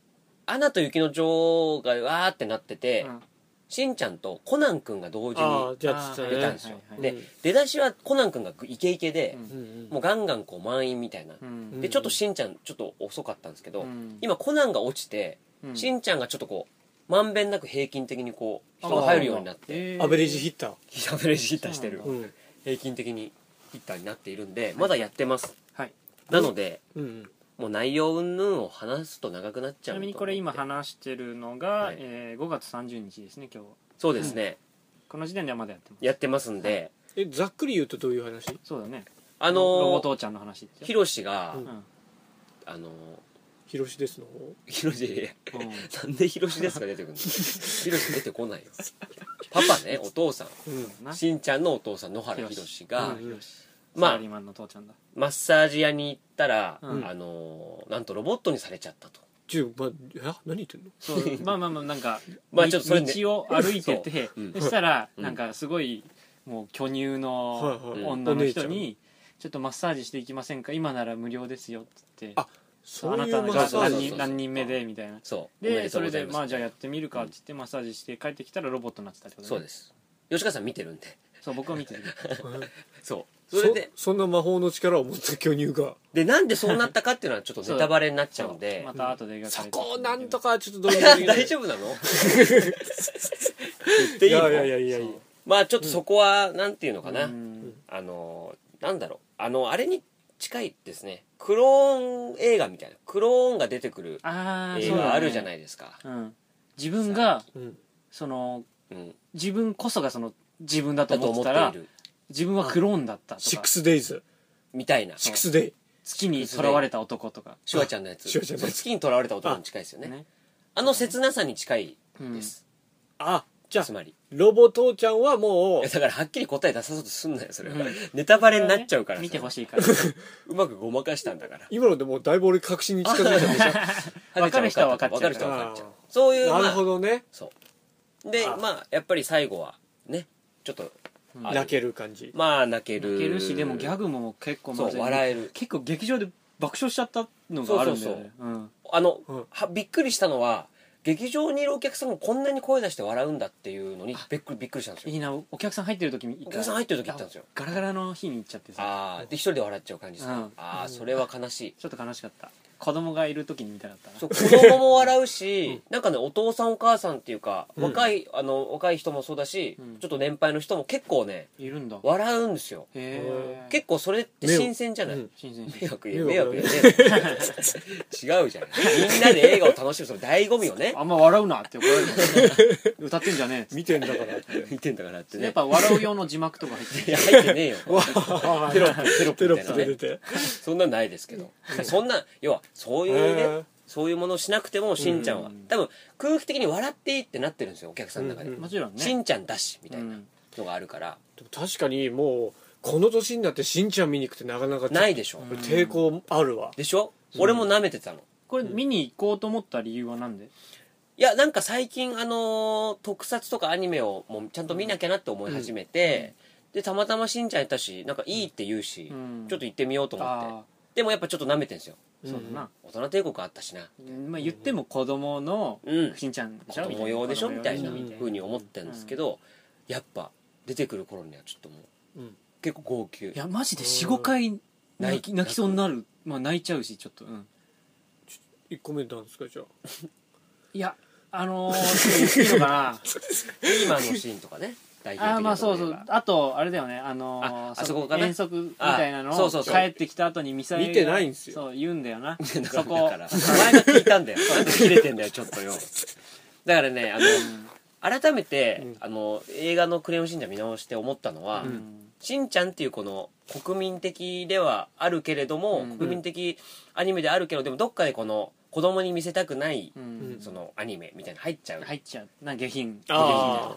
[SPEAKER 1] アナと雪の女王」がわーってなってて、
[SPEAKER 2] うん
[SPEAKER 1] しんちゃんとコナン君が同時
[SPEAKER 3] あ
[SPEAKER 1] に
[SPEAKER 3] あじゃあつっ
[SPEAKER 1] 出たんで
[SPEAKER 3] たね
[SPEAKER 1] すよ、
[SPEAKER 2] はいはい
[SPEAKER 3] はい
[SPEAKER 1] で出だしはコナン君がイケイケで、
[SPEAKER 2] うん
[SPEAKER 3] うん
[SPEAKER 1] もうガンガンこう満員みたいな、
[SPEAKER 2] うん
[SPEAKER 1] でちょっとしんちゃんちょっと遅かったんですけど、
[SPEAKER 2] うん
[SPEAKER 1] 今コナンが落ちて、
[SPEAKER 2] うん
[SPEAKER 1] しんちゃんがちょっとこうまんべんなく平均的にこう人が入るようになって
[SPEAKER 2] え
[SPEAKER 3] アベレージヒッタ
[SPEAKER 1] ヒャベレージヒッターしてる
[SPEAKER 2] そう
[SPEAKER 3] ーうん
[SPEAKER 1] 平均的にヒッターになっているんでまだやってます、
[SPEAKER 2] はい
[SPEAKER 1] なので
[SPEAKER 3] うん
[SPEAKER 1] もう内容云々を話すと長くなっち
[SPEAKER 2] ち
[SPEAKER 1] ゃう
[SPEAKER 2] な
[SPEAKER 1] と
[SPEAKER 2] み
[SPEAKER 1] 思
[SPEAKER 2] に
[SPEAKER 1] って
[SPEAKER 2] これ今話してるのが、
[SPEAKER 1] はい
[SPEAKER 2] えー5月30日ですね今日は
[SPEAKER 1] そうですね、
[SPEAKER 2] この時点ではまだやってます
[SPEAKER 1] やってますんで、
[SPEAKER 3] えざっくり言うとどういう話
[SPEAKER 2] そうだね
[SPEAKER 1] あ
[SPEAKER 2] ロボ
[SPEAKER 1] のー
[SPEAKER 2] 父ちゃんの話です
[SPEAKER 1] ヒ
[SPEAKER 2] よ
[SPEAKER 1] ロシが、
[SPEAKER 3] うん
[SPEAKER 2] うん
[SPEAKER 1] あのー
[SPEAKER 3] 広しですの
[SPEAKER 1] ヒロシ
[SPEAKER 2] うん
[SPEAKER 1] なんでヒロシですか
[SPEAKER 2] [LAUGHS]
[SPEAKER 1] 出てくるのヒロシ出てこないよパパねお父さ
[SPEAKER 3] うん
[SPEAKER 2] な、
[SPEAKER 1] んしんちゃんのお父さん野原
[SPEAKER 2] ヒ
[SPEAKER 1] ヒ
[SPEAKER 2] ロ
[SPEAKER 1] ロ
[SPEAKER 2] シ
[SPEAKER 1] シが
[SPEAKER 3] うん
[SPEAKER 1] まあ
[SPEAKER 2] サラリーマンの父ちゃんだ
[SPEAKER 1] マッサージ屋に行ったら、
[SPEAKER 2] うん
[SPEAKER 1] あのーなんとロボットにされちゃったと
[SPEAKER 3] ちょまえ何言ってんの
[SPEAKER 2] そう
[SPEAKER 1] [LAUGHS]
[SPEAKER 2] まあまあまあなんか、
[SPEAKER 1] まあちょっとそれね
[SPEAKER 2] 道を歩いてて
[SPEAKER 1] ううん
[SPEAKER 2] そしたら
[SPEAKER 1] うん
[SPEAKER 2] なんかすごいもう巨乳の
[SPEAKER 3] はい
[SPEAKER 1] はい
[SPEAKER 2] 女の人
[SPEAKER 3] お姉
[SPEAKER 2] に「ちょっとマッサージしていきませんか今なら無料ですよ」って
[SPEAKER 3] あ
[SPEAKER 2] あ
[SPEAKER 3] そう
[SPEAKER 2] ないた
[SPEAKER 3] う
[SPEAKER 2] の
[SPEAKER 3] マッ
[SPEAKER 2] が
[SPEAKER 3] サ
[SPEAKER 1] そう
[SPEAKER 3] ー
[SPEAKER 2] 何
[SPEAKER 1] そう
[SPEAKER 3] ジ
[SPEAKER 2] 人何人目で」みたいな
[SPEAKER 1] そうおめ
[SPEAKER 2] でそ
[SPEAKER 1] と
[SPEAKER 2] うれ
[SPEAKER 1] ござ
[SPEAKER 2] で
[SPEAKER 1] いす
[SPEAKER 2] まあじゃあやってみるかって言ってマッサージして帰ってきたらロボットになってたってことね
[SPEAKER 1] そうです吉川さん見てるんで
[SPEAKER 2] そう僕は見て
[SPEAKER 1] [LAUGHS]
[SPEAKER 2] る
[SPEAKER 1] そうそ
[SPEAKER 3] そ
[SPEAKER 1] れで
[SPEAKER 3] そんな魔法の力を持った巨乳が
[SPEAKER 1] でなんでそうなったかっていうのはちょっとネタバレになっちゃうん
[SPEAKER 2] [LAUGHS]
[SPEAKER 1] で
[SPEAKER 2] また後で描かれて
[SPEAKER 3] そこをなんと
[SPEAKER 2] か
[SPEAKER 3] かちょっとどうにかできない
[SPEAKER 1] [LAUGHS] 大丈夫なの言っていい
[SPEAKER 3] いや
[SPEAKER 1] の
[SPEAKER 3] いやいやいやいや
[SPEAKER 1] まあちょっとそこはなんていうのかな、
[SPEAKER 2] うん
[SPEAKER 1] あのーなんだろうあのあれに近いですねクローン映画みたいなクローンが出てくる
[SPEAKER 2] ああ
[SPEAKER 1] 映
[SPEAKER 2] そうだね
[SPEAKER 1] 画あるじゃないですか
[SPEAKER 2] うん自分が
[SPEAKER 3] うん
[SPEAKER 2] その
[SPEAKER 1] うん、
[SPEAKER 2] 自分こそがその自分だと
[SPEAKER 1] だと
[SPEAKER 2] 思っ
[SPEAKER 1] 思
[SPEAKER 2] て
[SPEAKER 1] ったてい
[SPEAKER 2] ら
[SPEAKER 1] る
[SPEAKER 2] 自分はクローンだったと
[SPEAKER 3] シッ
[SPEAKER 2] か
[SPEAKER 3] クスデイズ
[SPEAKER 1] みたいな
[SPEAKER 3] シックスデイ
[SPEAKER 2] 月に囚われた男とか
[SPEAKER 1] シュワちゃんのやつ
[SPEAKER 3] シュワちゃんのやつ
[SPEAKER 1] 月にとらわれた男に近いですよね
[SPEAKER 2] ね
[SPEAKER 1] あの切なさに近いです、
[SPEAKER 3] あじゃあ
[SPEAKER 1] つまり
[SPEAKER 3] ロボ父ちゃんはも
[SPEAKER 1] いうやだからはっきり答え出さそうとすんなよそれは、
[SPEAKER 2] うん
[SPEAKER 1] ネタバレになっちゃうからさ
[SPEAKER 2] 見てほしいから
[SPEAKER 1] [LAUGHS] うまくごまかしたんだから
[SPEAKER 3] 今のでもうだいぶ俺確信に近づいた
[SPEAKER 2] [LAUGHS]
[SPEAKER 3] でし
[SPEAKER 2] 分かる人は分かっちゃう
[SPEAKER 1] 分かる人は分かっちゃう
[SPEAKER 3] あー
[SPEAKER 1] そういう、
[SPEAKER 3] ょ
[SPEAKER 1] まあ、
[SPEAKER 3] なるほどね
[SPEAKER 1] そうで
[SPEAKER 3] あ
[SPEAKER 1] まあやっぱり最後はねちょっと
[SPEAKER 2] うん
[SPEAKER 1] あ
[SPEAKER 3] 泣ける感じ
[SPEAKER 1] まあ泣ける
[SPEAKER 2] 泣けるしでもギャグも結構ま
[SPEAKER 1] そ
[SPEAKER 2] ず
[SPEAKER 1] う
[SPEAKER 2] い
[SPEAKER 1] 笑える
[SPEAKER 2] 結構劇場で爆笑しちゃったのがあるんだよねうん
[SPEAKER 1] あの、
[SPEAKER 3] うん
[SPEAKER 1] はびっくりしたのは劇場にいるお客さんがこんなに声出して笑うんだっていうのにびっくりびっくりしたんですよ
[SPEAKER 2] いいなお客さん入ってる時に
[SPEAKER 1] お客さん入ってる時行ったんですよ
[SPEAKER 2] ガラガラの日に行っちゃってさ
[SPEAKER 1] ああで一人で笑っちゃう感じですか、
[SPEAKER 2] うん
[SPEAKER 1] ああそれは悲しい
[SPEAKER 2] ちょっと悲しかった子供がいる時に見たかったな
[SPEAKER 1] そう子供も笑うし、なんかねお父さんお母さんっていうか、若いあの若い人もそうだし、
[SPEAKER 2] うん
[SPEAKER 1] ちょっと年配の人も結構ね
[SPEAKER 2] いるんだへ
[SPEAKER 1] 笑うんですよ
[SPEAKER 2] え
[SPEAKER 1] 結構それって新鮮じゃない、
[SPEAKER 3] うん
[SPEAKER 2] 新鮮
[SPEAKER 1] 迷惑言え迷
[SPEAKER 3] 迷
[SPEAKER 1] 惑
[SPEAKER 3] 惑
[SPEAKER 1] 言え違うじゃんみんなで映画を楽しむその醍醐味をね
[SPEAKER 2] あんま笑うなって怒られるもんね歌ってんじゃねえ
[SPEAKER 3] 見てんだからって
[SPEAKER 1] 見てんだからってね
[SPEAKER 2] やっぱ笑う用の字幕とか入って
[SPEAKER 1] いや入ってねえよ
[SPEAKER 3] テ
[SPEAKER 1] テロップテロップ
[SPEAKER 3] ロ
[SPEAKER 1] みた
[SPEAKER 3] ッ
[SPEAKER 1] いな
[SPEAKER 3] プ
[SPEAKER 1] ね
[SPEAKER 3] で出て
[SPEAKER 1] そんなんないですけどそんな要はそういうね、
[SPEAKER 3] へー
[SPEAKER 1] そういうものをしなくてもしんちゃんは、
[SPEAKER 2] うん
[SPEAKER 1] 多分空気的に笑っていいってなってるんですよお客さんの中で、
[SPEAKER 3] う
[SPEAKER 1] [LAUGHS]
[SPEAKER 3] んうん
[SPEAKER 2] もちろん
[SPEAKER 1] し
[SPEAKER 2] ね
[SPEAKER 1] んちゃんだしみたいな
[SPEAKER 2] うん
[SPEAKER 1] のがあるから、
[SPEAKER 3] でも確かにもうこの年になってしんちゃん見に行くってなかなか
[SPEAKER 1] ないでしょ、
[SPEAKER 2] うん
[SPEAKER 3] 抵抗あるわ
[SPEAKER 1] でしょ、俺も舐めてたの
[SPEAKER 2] これ見に行こうと思った理由はなんで
[SPEAKER 1] いやなんか最近あのー特撮とかアニメをもうちゃんと見なきゃなって思い始めて、でたまたましんちゃんやったしなんかいいって言うし、
[SPEAKER 2] うん
[SPEAKER 1] ちょっと行ってみようと思って
[SPEAKER 2] あ
[SPEAKER 1] でもやっぱちょっと舐めてんですよ
[SPEAKER 2] あそうだな
[SPEAKER 1] 大人帝国あったしな
[SPEAKER 2] まあ言っても子供の
[SPEAKER 1] うん
[SPEAKER 2] しんちゃんで
[SPEAKER 1] 子
[SPEAKER 2] しょ
[SPEAKER 1] 供用でしょみたいな
[SPEAKER 2] 子供用でしょ
[SPEAKER 1] ふうに思ってるんですけど、やっぱ出てくる頃にはちょっともう、
[SPEAKER 3] うん
[SPEAKER 1] 結構号泣
[SPEAKER 2] いやマジで45回泣
[SPEAKER 1] 泣
[SPEAKER 2] き
[SPEAKER 1] い
[SPEAKER 2] 泣きそうになるまあ泣いちゃうしちょっとうん
[SPEAKER 3] 1個目なんですかじゃあ
[SPEAKER 2] いやあの
[SPEAKER 1] [LAUGHS]
[SPEAKER 2] ー、言っていいのかな
[SPEAKER 1] 今のシーンとかね代表的な
[SPEAKER 2] あーまあそうそ
[SPEAKER 1] ところで言え
[SPEAKER 2] う
[SPEAKER 1] ば
[SPEAKER 2] あとあれだよねあのー
[SPEAKER 1] ああそこかな
[SPEAKER 2] 遠足みたいなの
[SPEAKER 1] あ
[SPEAKER 2] を
[SPEAKER 1] そうそうそう
[SPEAKER 2] 帰ってきた後にミサイルが
[SPEAKER 3] 見てないんすよ
[SPEAKER 2] そう言うんだよな
[SPEAKER 1] [LAUGHS] だから
[SPEAKER 2] そこ
[SPEAKER 1] だからお前が聞いたんだよなんで切れてんだよちょっと
[SPEAKER 2] [LAUGHS]
[SPEAKER 1] よだからねあの、改めて、
[SPEAKER 3] うん
[SPEAKER 1] あの映画の「クレヨンしんちゃん」見直して思ったのは、
[SPEAKER 2] うん
[SPEAKER 1] しんちゃんっていうこの国民的ではあるけれども、
[SPEAKER 2] うん
[SPEAKER 1] 国民的アニメであるけどでもどっかでこの子供に見せたくない、
[SPEAKER 2] うん
[SPEAKER 1] そのアニメみたいなの入っちゃう、
[SPEAKER 2] 入っちゃうな下品下
[SPEAKER 3] あ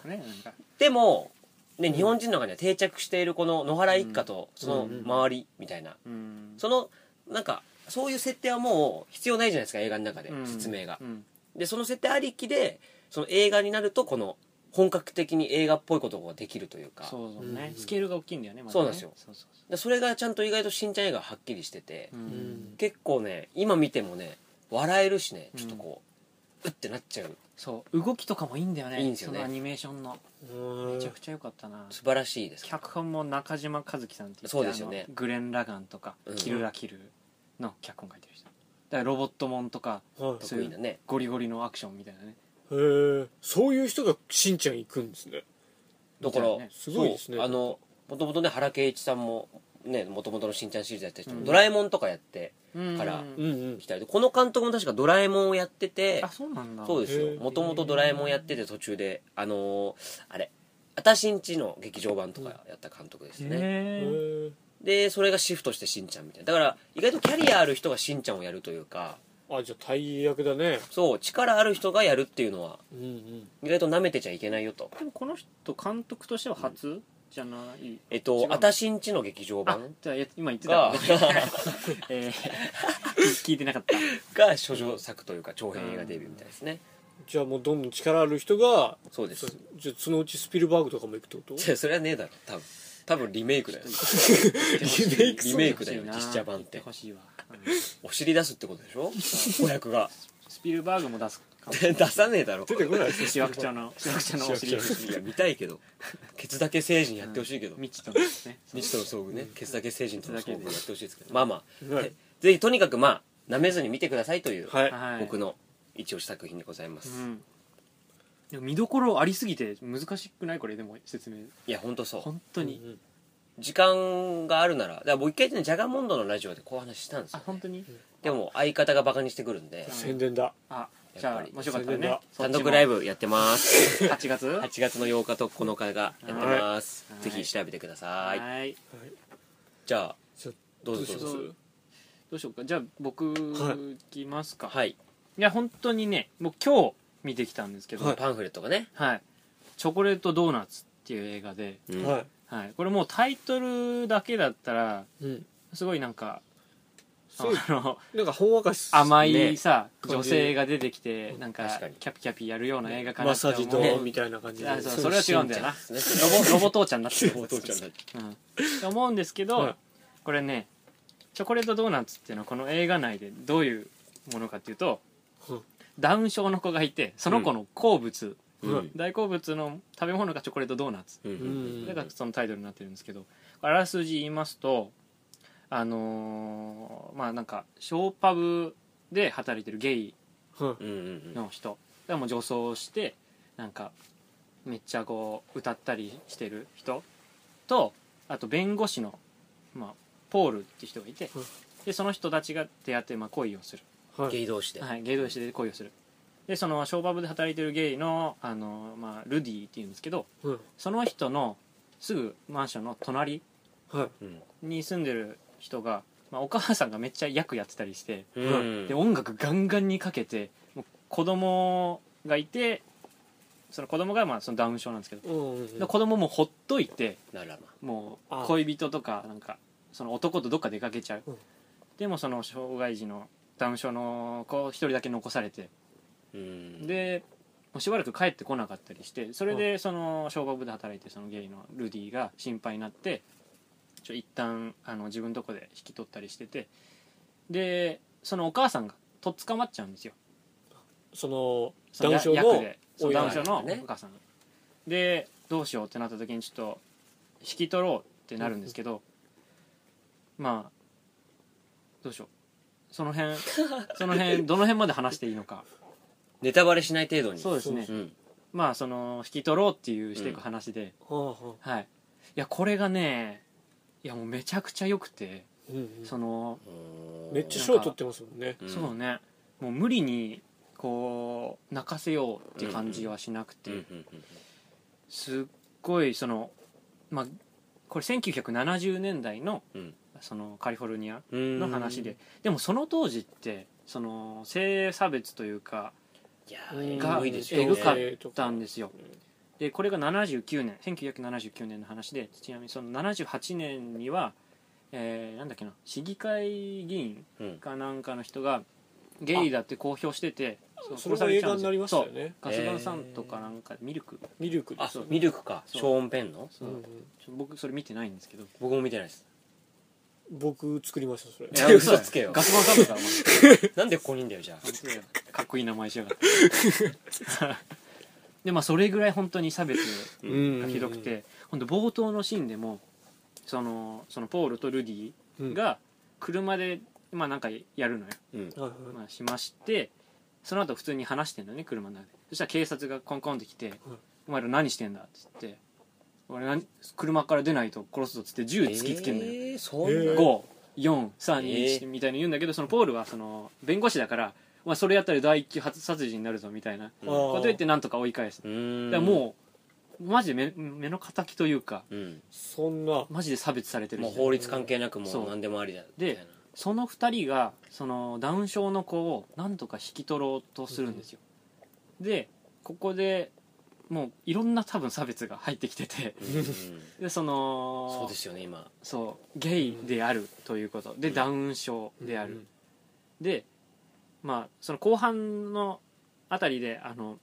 [SPEAKER 2] 品
[SPEAKER 3] ー
[SPEAKER 2] だよねなんか
[SPEAKER 1] でも、ね、日本人の中には定着しているこの野原一家とその周りみたいな
[SPEAKER 2] うん
[SPEAKER 1] そのなんかそういう設定はもう必要ないじゃないですか映画の中で
[SPEAKER 2] うん
[SPEAKER 1] 説明が
[SPEAKER 2] う、ん
[SPEAKER 1] でその設定ありきでその映画になるとこの本格的に映画っぽいことができるというか
[SPEAKER 2] そうそうね
[SPEAKER 3] うん
[SPEAKER 2] スケールが大きいんだよねまだね
[SPEAKER 1] そうなんですよ
[SPEAKER 2] そうそうそ
[SPEAKER 1] でそれがちゃんと意外としんちゃん映画ははっきりしてて、
[SPEAKER 2] うう
[SPEAKER 3] うんん
[SPEAKER 1] 結構ね今見てもね笑えるしねちょっとこう、うってなっちゃう
[SPEAKER 2] そう動きとかもいいんだよね
[SPEAKER 1] いいんですよね
[SPEAKER 2] そのアニメーションのめちゃくちゃ良かったな
[SPEAKER 1] 素晴らしいです
[SPEAKER 2] 脚本も中島和樹さんって言って
[SPEAKER 1] そうですよね
[SPEAKER 2] あのグレン・ラガンとか、
[SPEAKER 1] うん
[SPEAKER 2] キルラ・キルの脚本書いてる人だからロボットモンとか
[SPEAKER 3] はい
[SPEAKER 2] そう
[SPEAKER 1] 得意なね
[SPEAKER 2] ゴリゴリのアクションみたいなね
[SPEAKER 3] へーそういう人がしんちゃん行くんですね
[SPEAKER 1] だから、
[SPEAKER 2] そう
[SPEAKER 3] すごいですね
[SPEAKER 1] そうあのもともとね原敬一さんもねもともとのしんちゃんシリーズやってた人も、
[SPEAKER 2] うん
[SPEAKER 1] ドラえもんとかやって
[SPEAKER 2] うん
[SPEAKER 1] から
[SPEAKER 3] うんうん
[SPEAKER 1] きたりでこの監督も確かドラえもんをやってて
[SPEAKER 2] あそうなんだ
[SPEAKER 1] そうです
[SPEAKER 3] へ
[SPEAKER 1] よ
[SPEAKER 3] ー
[SPEAKER 1] もともとドラえもんやってて途中であのーあれ「あたしんち」の劇場版とかやった監督ですね、
[SPEAKER 2] へー
[SPEAKER 3] へー
[SPEAKER 1] でそれがシフトしてしんちゃんみたいなだから意外とキャリアある人がしんちゃんをやるというか
[SPEAKER 3] あじゃあ大役だね
[SPEAKER 1] そう力ある人がやるっていうのは
[SPEAKER 3] うんうん
[SPEAKER 1] 意外と舐めてちゃいけないよと
[SPEAKER 2] でもこの人監督としては初、じゃない
[SPEAKER 1] えっ
[SPEAKER 2] 違う
[SPEAKER 1] と「
[SPEAKER 2] の
[SPEAKER 1] あたしんち」の劇場
[SPEAKER 2] あ
[SPEAKER 1] 版
[SPEAKER 2] じゃあや今言ってた
[SPEAKER 1] が
[SPEAKER 2] ねえー [LAUGHS] 聞いてなかった
[SPEAKER 1] [LAUGHS] が諸女作というか長編映画デビューみたいですね
[SPEAKER 3] じゃあもうどんどん力ある人が
[SPEAKER 1] そうです
[SPEAKER 3] じゃあそのうちスピルバーグとかも行くってこと
[SPEAKER 1] じゃそれはねえだろ多分多分リメイクだよ
[SPEAKER 2] リ
[SPEAKER 1] メイクリメイクだよ実写版って
[SPEAKER 2] 欲しいわ、うん
[SPEAKER 1] お尻出すってことでしょ子役が
[SPEAKER 2] スピルバーグも出すかも
[SPEAKER 1] [LAUGHS] [LAUGHS] 出さねえだろ
[SPEAKER 3] 出てこないです
[SPEAKER 2] しわくちゃのしわくちゃのお尻
[SPEAKER 3] しわくち
[SPEAKER 1] いや見たいけどケツだけ成人やってほしいけ
[SPEAKER 2] [LAUGHS]
[SPEAKER 1] ど、
[SPEAKER 2] 未知とのですね
[SPEAKER 1] 未知との遭遇ね、ケツだけ成人との遭遇
[SPEAKER 2] ケ
[SPEAKER 1] や
[SPEAKER 2] ツだけ
[SPEAKER 1] っ
[SPEAKER 2] で
[SPEAKER 1] てほしいですけどまあまあ、
[SPEAKER 3] はい
[SPEAKER 1] えぜひとにかくまあ舐めずに見てくださいという、
[SPEAKER 3] はい
[SPEAKER 2] はい
[SPEAKER 1] 僕の一押し作品でございま
[SPEAKER 2] う
[SPEAKER 1] す、
[SPEAKER 2] んでも見どころありすぎて難しくないこれでも説明
[SPEAKER 1] いや本当そう
[SPEAKER 2] 本当に、
[SPEAKER 3] うんうん
[SPEAKER 1] 時間があるならだからもう一回ねジャガモンドのラジオでこう話したんです
[SPEAKER 2] あ
[SPEAKER 1] よ
[SPEAKER 2] 本当に
[SPEAKER 1] でも相方がバカにしてくるんで
[SPEAKER 3] 宣伝だ
[SPEAKER 2] あじゃ
[SPEAKER 1] やっ
[SPEAKER 2] あ
[SPEAKER 1] ぱり
[SPEAKER 2] もしよかったら
[SPEAKER 3] 宣伝
[SPEAKER 2] ね
[SPEAKER 3] だ
[SPEAKER 1] 単独ライ
[SPEAKER 2] ブ
[SPEAKER 1] ブやってま
[SPEAKER 2] [LAUGHS]
[SPEAKER 1] す
[SPEAKER 2] 8月は
[SPEAKER 1] 8月の8日と9日がやってます、
[SPEAKER 2] はい
[SPEAKER 1] ぜひ調べてください、
[SPEAKER 2] い
[SPEAKER 3] はい
[SPEAKER 1] じゃあ
[SPEAKER 3] じゃあ
[SPEAKER 1] どうぞどう
[SPEAKER 3] どう
[SPEAKER 1] ぞ
[SPEAKER 3] し
[SPEAKER 2] どうしようかじゃあ僕
[SPEAKER 3] はい
[SPEAKER 2] いきますか、
[SPEAKER 1] はい、
[SPEAKER 2] いや本当にねもう今日見てきたんですけど、
[SPEAKER 3] はい
[SPEAKER 1] パンフレットがね、
[SPEAKER 2] はい「チョコレートドーナツ」っていう映画で、
[SPEAKER 1] うん
[SPEAKER 3] はい
[SPEAKER 2] はい、これもうタイトルだけだったら
[SPEAKER 3] うん
[SPEAKER 2] すごいなんかあ
[SPEAKER 3] そう
[SPEAKER 2] の
[SPEAKER 3] なんかほんわかし
[SPEAKER 2] 甘
[SPEAKER 1] ね
[SPEAKER 2] いさ、
[SPEAKER 3] 感じ
[SPEAKER 2] 女性が出てきてなん
[SPEAKER 1] 確
[SPEAKER 2] か
[SPEAKER 1] かに
[SPEAKER 2] キャピキャピやるような映画か
[SPEAKER 3] マ
[SPEAKER 2] な
[SPEAKER 3] ッ
[SPEAKER 2] って
[SPEAKER 3] サー
[SPEAKER 2] 思
[SPEAKER 3] ジ
[SPEAKER 2] う、
[SPEAKER 3] どうみたいな感じで
[SPEAKER 2] あそうそれは違うんだよな
[SPEAKER 1] しんちゃんですね
[SPEAKER 2] ロボロボ父ちゃんになってる
[SPEAKER 1] お父ちゃんだ
[SPEAKER 2] うん、って思うんですけど、
[SPEAKER 3] はい
[SPEAKER 2] これねチョコレートドーナツっていうのはこの映画内でどういうものかっていうと
[SPEAKER 3] うん
[SPEAKER 2] ダウン症の子がいてその子の好物、
[SPEAKER 1] うん
[SPEAKER 2] 大好物の食べ物がチョコレートドーナツ
[SPEAKER 1] うん
[SPEAKER 2] だからそのタイトルになってるんですけどあらすじ言いますとあのーまあなんかショーパブで働いてるゲイ
[SPEAKER 3] うん
[SPEAKER 1] うんうん
[SPEAKER 2] の人がもう女装してなんかめっちゃこう歌ったりしてる人とあと弁護士の、まあ、ポールって人がいて
[SPEAKER 3] うん
[SPEAKER 2] でその人たちが出会って、まあ、恋をする、
[SPEAKER 1] う
[SPEAKER 3] は
[SPEAKER 1] ん
[SPEAKER 3] い
[SPEAKER 1] ゲイ同士で、
[SPEAKER 2] はい、ゲイ同士で恋をするでそのショーパブで働いてるゲイのあの、まあ、ルディっていうんですけど
[SPEAKER 3] うん
[SPEAKER 2] その人のすぐマンションの隣
[SPEAKER 3] はい
[SPEAKER 1] うん
[SPEAKER 2] に住んでる人が、まあ、お母さんがめっちゃ役やってたりして
[SPEAKER 1] うん
[SPEAKER 2] で音楽ガンガンにかけてもう子供がいてその子供がまあそのダウン症なんですけど、
[SPEAKER 3] うんうん
[SPEAKER 2] で子供もほっといて
[SPEAKER 1] ならま
[SPEAKER 2] もう
[SPEAKER 3] あ
[SPEAKER 2] 恋人とかなんかその男とどっか出かけちゃう、
[SPEAKER 3] うん
[SPEAKER 2] でもその障害児のダウン症の子一人だけ残されて
[SPEAKER 1] うん
[SPEAKER 2] でもうしばらく帰ってこなかったりしてそれでその小学部で働いてるそのゲイのルディが心配になってちょ一旦あの自分のとこで引き取ったりしててでそのお母さんがとっ捕まっちゃうんですよ
[SPEAKER 3] その
[SPEAKER 2] そ
[SPEAKER 3] ダ
[SPEAKER 2] の
[SPEAKER 3] ウン症
[SPEAKER 2] や役
[SPEAKER 3] の
[SPEAKER 2] でそう
[SPEAKER 3] 親
[SPEAKER 2] ダウ
[SPEAKER 3] が
[SPEAKER 2] ン症のお
[SPEAKER 1] ね
[SPEAKER 2] 母さんがでどうしようってなった時にちょっと引き取ろうってなるんですけど、まあどうしようその辺その辺どの辺まで話していいのか
[SPEAKER 1] ネタバレしない程度に
[SPEAKER 2] [LAUGHS] そうですね
[SPEAKER 1] うん
[SPEAKER 2] まあその引き取ろうっていうしていく話で、
[SPEAKER 3] はあは
[SPEAKER 2] はいいやこれがねいやもうめちゃくちゃ良くて、
[SPEAKER 3] あうんうん
[SPEAKER 2] その、
[SPEAKER 3] めっちゃ賞取ってますもんね
[SPEAKER 1] うん
[SPEAKER 2] そうねもう無理にこう泣かせようって感じはしなくて、
[SPEAKER 1] うんうんうん
[SPEAKER 2] すっごいそのまあこれ1970年代の,、
[SPEAKER 1] うん
[SPEAKER 2] そのカリフォルニア
[SPEAKER 1] うん
[SPEAKER 2] の話ででもその当時ってその性差別というか
[SPEAKER 1] いや
[SPEAKER 3] うん
[SPEAKER 1] ーえぐいですよ
[SPEAKER 2] えぐかっ
[SPEAKER 1] ね
[SPEAKER 2] あったんですよでこれが79年1979年の話でちなみにその78年には、えーなんだっけな市議会議員
[SPEAKER 1] うん
[SPEAKER 2] かなんかの人がゲイだって公表しててう
[SPEAKER 3] それが映画
[SPEAKER 2] ん
[SPEAKER 3] になりましたよね
[SPEAKER 2] そうガスバンさんとかなんかミルク
[SPEAKER 3] ミルクで
[SPEAKER 1] あ
[SPEAKER 3] すよね
[SPEAKER 1] ミルクかシ
[SPEAKER 2] そう
[SPEAKER 1] ョーン・ペンの
[SPEAKER 2] そう
[SPEAKER 3] うんうん
[SPEAKER 2] ちょ僕それ見てないんですけど
[SPEAKER 1] 僕も見てないです
[SPEAKER 3] 僕作りましたそれ
[SPEAKER 1] いや嘘つけよ
[SPEAKER 2] ガスバンさんとかお前
[SPEAKER 1] なんでここにいんだよじゃあ
[SPEAKER 2] かっこいい名前しやがってでまあそれぐらい本当に差別がひどくて本当冒頭のシーンでもそのそのポールとルディ
[SPEAKER 3] うん
[SPEAKER 2] が車でまあなんかやるのよ、
[SPEAKER 1] うん
[SPEAKER 3] はいはい
[SPEAKER 2] まあ、しましてその後普通に話してんのね車の中でそしたら警察がコンコンって来て「お前ら何してんだ」っつって「俺何車から出ないと殺すぞ」っつって銃突きつけんのよ、
[SPEAKER 1] えーそんな
[SPEAKER 3] えー
[SPEAKER 2] 54321みたいに言うんだけどそのポールはその弁護士だから、まあ、それやったら第一級発殺人になるぞみたいな
[SPEAKER 1] うん
[SPEAKER 3] あ
[SPEAKER 2] こと言ってなんとか追い返す
[SPEAKER 1] う
[SPEAKER 2] だ
[SPEAKER 1] ーん
[SPEAKER 2] からもうマジで目目の敵というか
[SPEAKER 1] うん
[SPEAKER 3] そんな
[SPEAKER 2] マジで差別されてる
[SPEAKER 1] もう
[SPEAKER 2] 人
[SPEAKER 1] 法律関係なくも
[SPEAKER 2] そう
[SPEAKER 1] う何でもありだ
[SPEAKER 2] で
[SPEAKER 1] みたいな
[SPEAKER 2] その2人がそのダウン症の子をなんとか引き取ろうとするんですよでここでもういろんな多分差別が入ってきてて
[SPEAKER 1] うんうん
[SPEAKER 2] でその
[SPEAKER 1] そうですよね今
[SPEAKER 2] そうゲイであるということで、
[SPEAKER 1] うん
[SPEAKER 2] ダウン症である、
[SPEAKER 3] うん
[SPEAKER 2] でまあその後半のあたりであの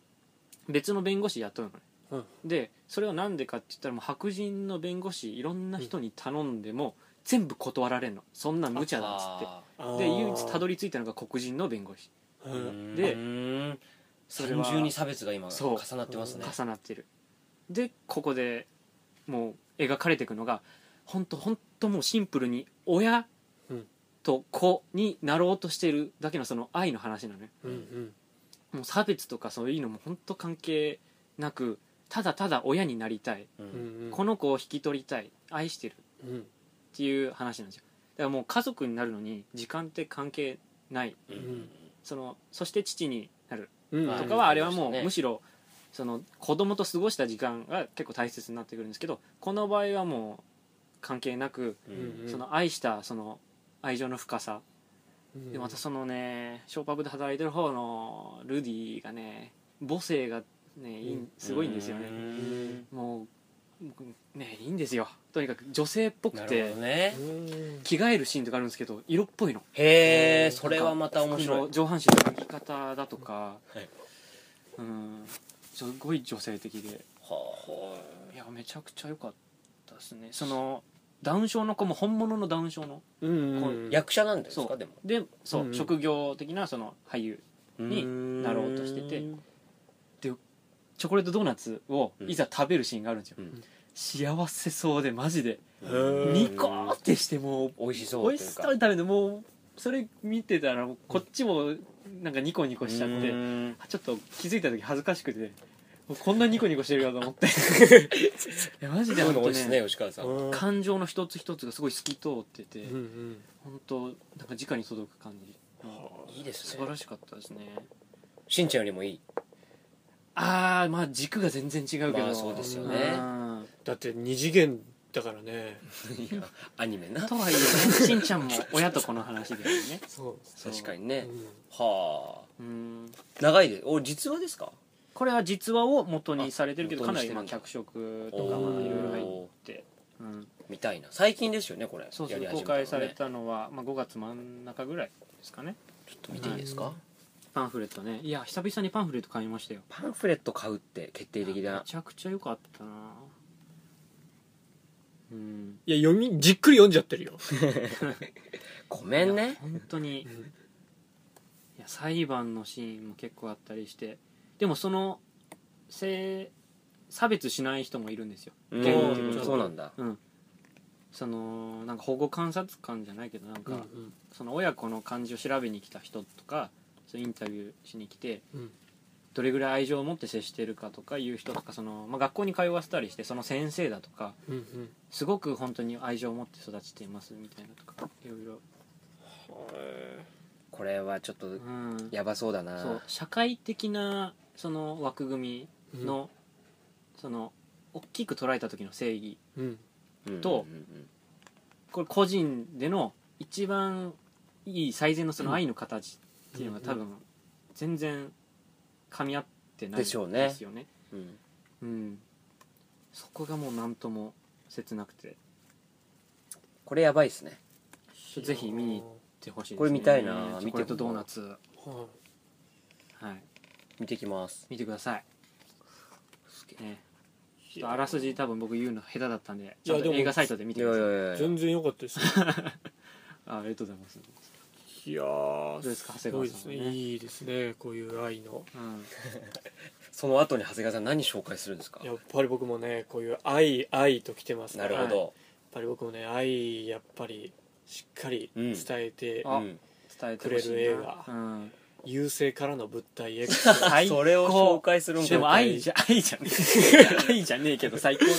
[SPEAKER 2] 別の弁護士雇うのね、でそれはなんでかって言ったらもう白人の弁護士いろんな人に頼んでも、全部断られるのそんな無茶だっつっ
[SPEAKER 1] あ
[SPEAKER 3] あー
[SPEAKER 2] てで唯一たどり着いたのが黒人の弁護士
[SPEAKER 1] ー
[SPEAKER 3] うん
[SPEAKER 1] う
[SPEAKER 2] で
[SPEAKER 1] ーん
[SPEAKER 2] それは
[SPEAKER 1] 三重に差別が今
[SPEAKER 2] そう
[SPEAKER 1] 重なってますね
[SPEAKER 2] 重なってるでここでもう描かれていくのが本当本当もうシンプルに親
[SPEAKER 3] うん
[SPEAKER 2] と子になろうとしてるだけのその愛の話なのね
[SPEAKER 3] うんうん
[SPEAKER 2] もう差別とかそういうのも本当関係なくただただ親になりたい、
[SPEAKER 1] う
[SPEAKER 3] うんんうん
[SPEAKER 2] この子を引き取りたい愛してるっ
[SPEAKER 3] うん
[SPEAKER 2] ていう話なんですよだからもう家族になるのに時間って関係ない
[SPEAKER 1] うん
[SPEAKER 2] そのそして父になる
[SPEAKER 3] うん
[SPEAKER 1] ま
[SPEAKER 2] とかはあれはも
[SPEAKER 1] ね
[SPEAKER 2] うむしろその子供と過ごした時間が結構大切になってくるんですけどこの場合はもう関係なく
[SPEAKER 1] う
[SPEAKER 3] うんん
[SPEAKER 2] その愛したその愛情の深さ
[SPEAKER 3] うん
[SPEAKER 2] でまたそのねショーパブで働いてる方のルディがね母性がねいい
[SPEAKER 3] うん
[SPEAKER 2] すごいんですよ
[SPEAKER 1] う
[SPEAKER 2] ね
[SPEAKER 1] ーん
[SPEAKER 2] もう僕ねいいんですよとにかく女性っぽく
[SPEAKER 1] なる
[SPEAKER 2] て
[SPEAKER 1] ほどね
[SPEAKER 3] うん
[SPEAKER 2] 着替えるシーンとかあるんですけど色っぽいの
[SPEAKER 1] へえそれはまた面
[SPEAKER 2] 服
[SPEAKER 1] 白い
[SPEAKER 2] の上半身の描き方だとか、
[SPEAKER 1] はい
[SPEAKER 2] うんすごい女性的で
[SPEAKER 1] はい
[SPEAKER 2] やめちゃくちゃ良かったですねそのダウン症の子も本物のダウン症の
[SPEAKER 3] うん
[SPEAKER 2] こ
[SPEAKER 3] う
[SPEAKER 2] うん
[SPEAKER 1] あ
[SPEAKER 3] ん
[SPEAKER 1] 役者なんです
[SPEAKER 2] そ
[SPEAKER 1] か
[SPEAKER 2] う
[SPEAKER 1] でも
[SPEAKER 2] でそう、
[SPEAKER 3] うん
[SPEAKER 2] 職業的なその俳優になろうとしてて
[SPEAKER 1] ーん
[SPEAKER 2] チョコレートドーナツを
[SPEAKER 1] うん
[SPEAKER 2] いざ食べるシーンがあるんですよ、
[SPEAKER 1] うん
[SPEAKER 2] 幸せそうでマジで
[SPEAKER 3] うん
[SPEAKER 2] ニコーってしてもう
[SPEAKER 1] 美味しそう
[SPEAKER 2] 美
[SPEAKER 1] と
[SPEAKER 2] 味
[SPEAKER 1] い
[SPEAKER 2] し
[SPEAKER 1] う
[SPEAKER 2] そう
[SPEAKER 1] か
[SPEAKER 2] に食べてもうそれ見てたらこっちもなんかニコニコしちゃって、
[SPEAKER 4] うん
[SPEAKER 2] ちょっと気づいた時恥ずかしくてこんなニコニコしてるよと思って [LAUGHS] いやマジで
[SPEAKER 1] そうい
[SPEAKER 2] 本
[SPEAKER 1] うの多
[SPEAKER 2] 当
[SPEAKER 1] いです
[SPEAKER 2] ね
[SPEAKER 1] ね吉川さん、
[SPEAKER 3] うん
[SPEAKER 2] 感情の一つ一つがすごい透き通ってて、
[SPEAKER 3] うんうん
[SPEAKER 2] 本当なんか直に届く感じ
[SPEAKER 1] いいです
[SPEAKER 2] 素
[SPEAKER 1] ね
[SPEAKER 2] 晴らしかったですね
[SPEAKER 1] しんちゃんよりもいい
[SPEAKER 2] ああまあ軸が全然違うけど、
[SPEAKER 1] まあそうです
[SPEAKER 3] よ
[SPEAKER 1] ね
[SPEAKER 2] うん
[SPEAKER 3] だって二次元だからね
[SPEAKER 1] いやアニメな
[SPEAKER 2] とはいえねしんちゃ
[SPEAKER 1] [LAUGHS]
[SPEAKER 2] んも親と子の話だよね
[SPEAKER 3] そう
[SPEAKER 2] そう
[SPEAKER 1] 確かにね、
[SPEAKER 3] ん
[SPEAKER 1] は
[SPEAKER 2] うん
[SPEAKER 1] あ長いでお実話ですか
[SPEAKER 2] これは実話を元にされてるけど
[SPEAKER 1] あ
[SPEAKER 2] かなり
[SPEAKER 1] 元
[SPEAKER 2] な
[SPEAKER 1] にしてるんだ
[SPEAKER 2] 脚色とか
[SPEAKER 1] お
[SPEAKER 2] まあいろいろ入っ
[SPEAKER 1] ー
[SPEAKER 2] て、うん、
[SPEAKER 1] みたいな最近ですよねこれ
[SPEAKER 2] そうそ
[SPEAKER 1] や
[SPEAKER 2] う
[SPEAKER 1] り始
[SPEAKER 2] 公
[SPEAKER 1] めたの
[SPEAKER 2] 開
[SPEAKER 1] ね
[SPEAKER 2] されたのは、まあ、5月真ん中ぐらいですかね
[SPEAKER 1] ちょっと見ていいですか、
[SPEAKER 3] はい
[SPEAKER 2] パンフレットねいや久々にパンフレット買いましたよ
[SPEAKER 1] パンフレット買うって決定的
[SPEAKER 2] め
[SPEAKER 1] な
[SPEAKER 2] ちゃくちゃ良かったなうん
[SPEAKER 3] いや読みじっくり読んじゃってるよ
[SPEAKER 1] ごめん
[SPEAKER 2] いや
[SPEAKER 1] ね
[SPEAKER 2] 本当に
[SPEAKER 3] うん
[SPEAKER 2] いや裁判のシーンも結構あったりしてでもその性差別しない人もいるんですよ
[SPEAKER 1] うん
[SPEAKER 2] 言
[SPEAKER 3] 語的に
[SPEAKER 1] そうなんだ
[SPEAKER 2] うんそのなんか保護観察官じゃないけどなんか、
[SPEAKER 3] うん
[SPEAKER 2] その親子の感じを調べに来た人とかそのインタビューしに来て
[SPEAKER 3] うん
[SPEAKER 2] どれぐらい愛情を持って接してるかとかいう人とかその、まあ、学校に通わせたりしてその先生だとか
[SPEAKER 3] うんうん
[SPEAKER 2] すごく本当に愛情を持って育ちていますみたいなとかいろいろ
[SPEAKER 1] これはちょっと
[SPEAKER 2] うん
[SPEAKER 1] やばそうだ
[SPEAKER 2] そう
[SPEAKER 1] な
[SPEAKER 2] 社会的なその枠組みの、その大きく捉えた時の正義
[SPEAKER 3] うん
[SPEAKER 1] うん
[SPEAKER 2] と
[SPEAKER 1] うんうん
[SPEAKER 2] これ個人での一番いい最善のその愛の形っていうのが多分全然噛み合ってない
[SPEAKER 1] でしょう
[SPEAKER 2] で
[SPEAKER 1] ね
[SPEAKER 2] すよね
[SPEAKER 1] うんうん
[SPEAKER 2] うん、そこがもう何とも切なくて
[SPEAKER 1] これやばいですね
[SPEAKER 2] ぜひ見に行ってほしいです、ね、
[SPEAKER 1] これ見たいな
[SPEAKER 2] チョコレートドーナツ、
[SPEAKER 3] は
[SPEAKER 2] はい、
[SPEAKER 1] 見てきます
[SPEAKER 2] 見てください、ね、
[SPEAKER 3] い
[SPEAKER 2] ちょっとあらすじ多分僕言うの下手だったんで
[SPEAKER 3] い
[SPEAKER 2] ち
[SPEAKER 3] や
[SPEAKER 2] ゃん
[SPEAKER 3] で
[SPEAKER 2] と
[SPEAKER 3] も
[SPEAKER 2] 映画サイトで見
[SPEAKER 1] い
[SPEAKER 2] て
[SPEAKER 1] やい
[SPEAKER 2] くだ
[SPEAKER 1] や
[SPEAKER 2] さい
[SPEAKER 1] いやいや
[SPEAKER 3] 全然良かったですよ
[SPEAKER 2] あありがとうございます、
[SPEAKER 3] いやー
[SPEAKER 2] うですか長谷川さん
[SPEAKER 3] すごいですねいいですねこういう愛の
[SPEAKER 2] うん、
[SPEAKER 1] その後に長谷川さん何紹介するんですか
[SPEAKER 3] やっぱり僕もねこういう愛愛ときてますか
[SPEAKER 1] なる
[SPEAKER 3] ら
[SPEAKER 1] ほ
[SPEAKER 3] やっ
[SPEAKER 1] ど
[SPEAKER 3] ぱり僕もね愛やっぱりしっかり伝えて、
[SPEAKER 2] あ
[SPEAKER 1] うん
[SPEAKER 2] 伝えてほしいな
[SPEAKER 3] くれる映画
[SPEAKER 2] うん、
[SPEAKER 3] 優勢からの物体 X
[SPEAKER 2] [LAUGHS] 最高
[SPEAKER 1] それを紹介するん
[SPEAKER 2] でも
[SPEAKER 1] か
[SPEAKER 2] 愛じゃ愛じゃねえ愛じゃねえけど最高だよ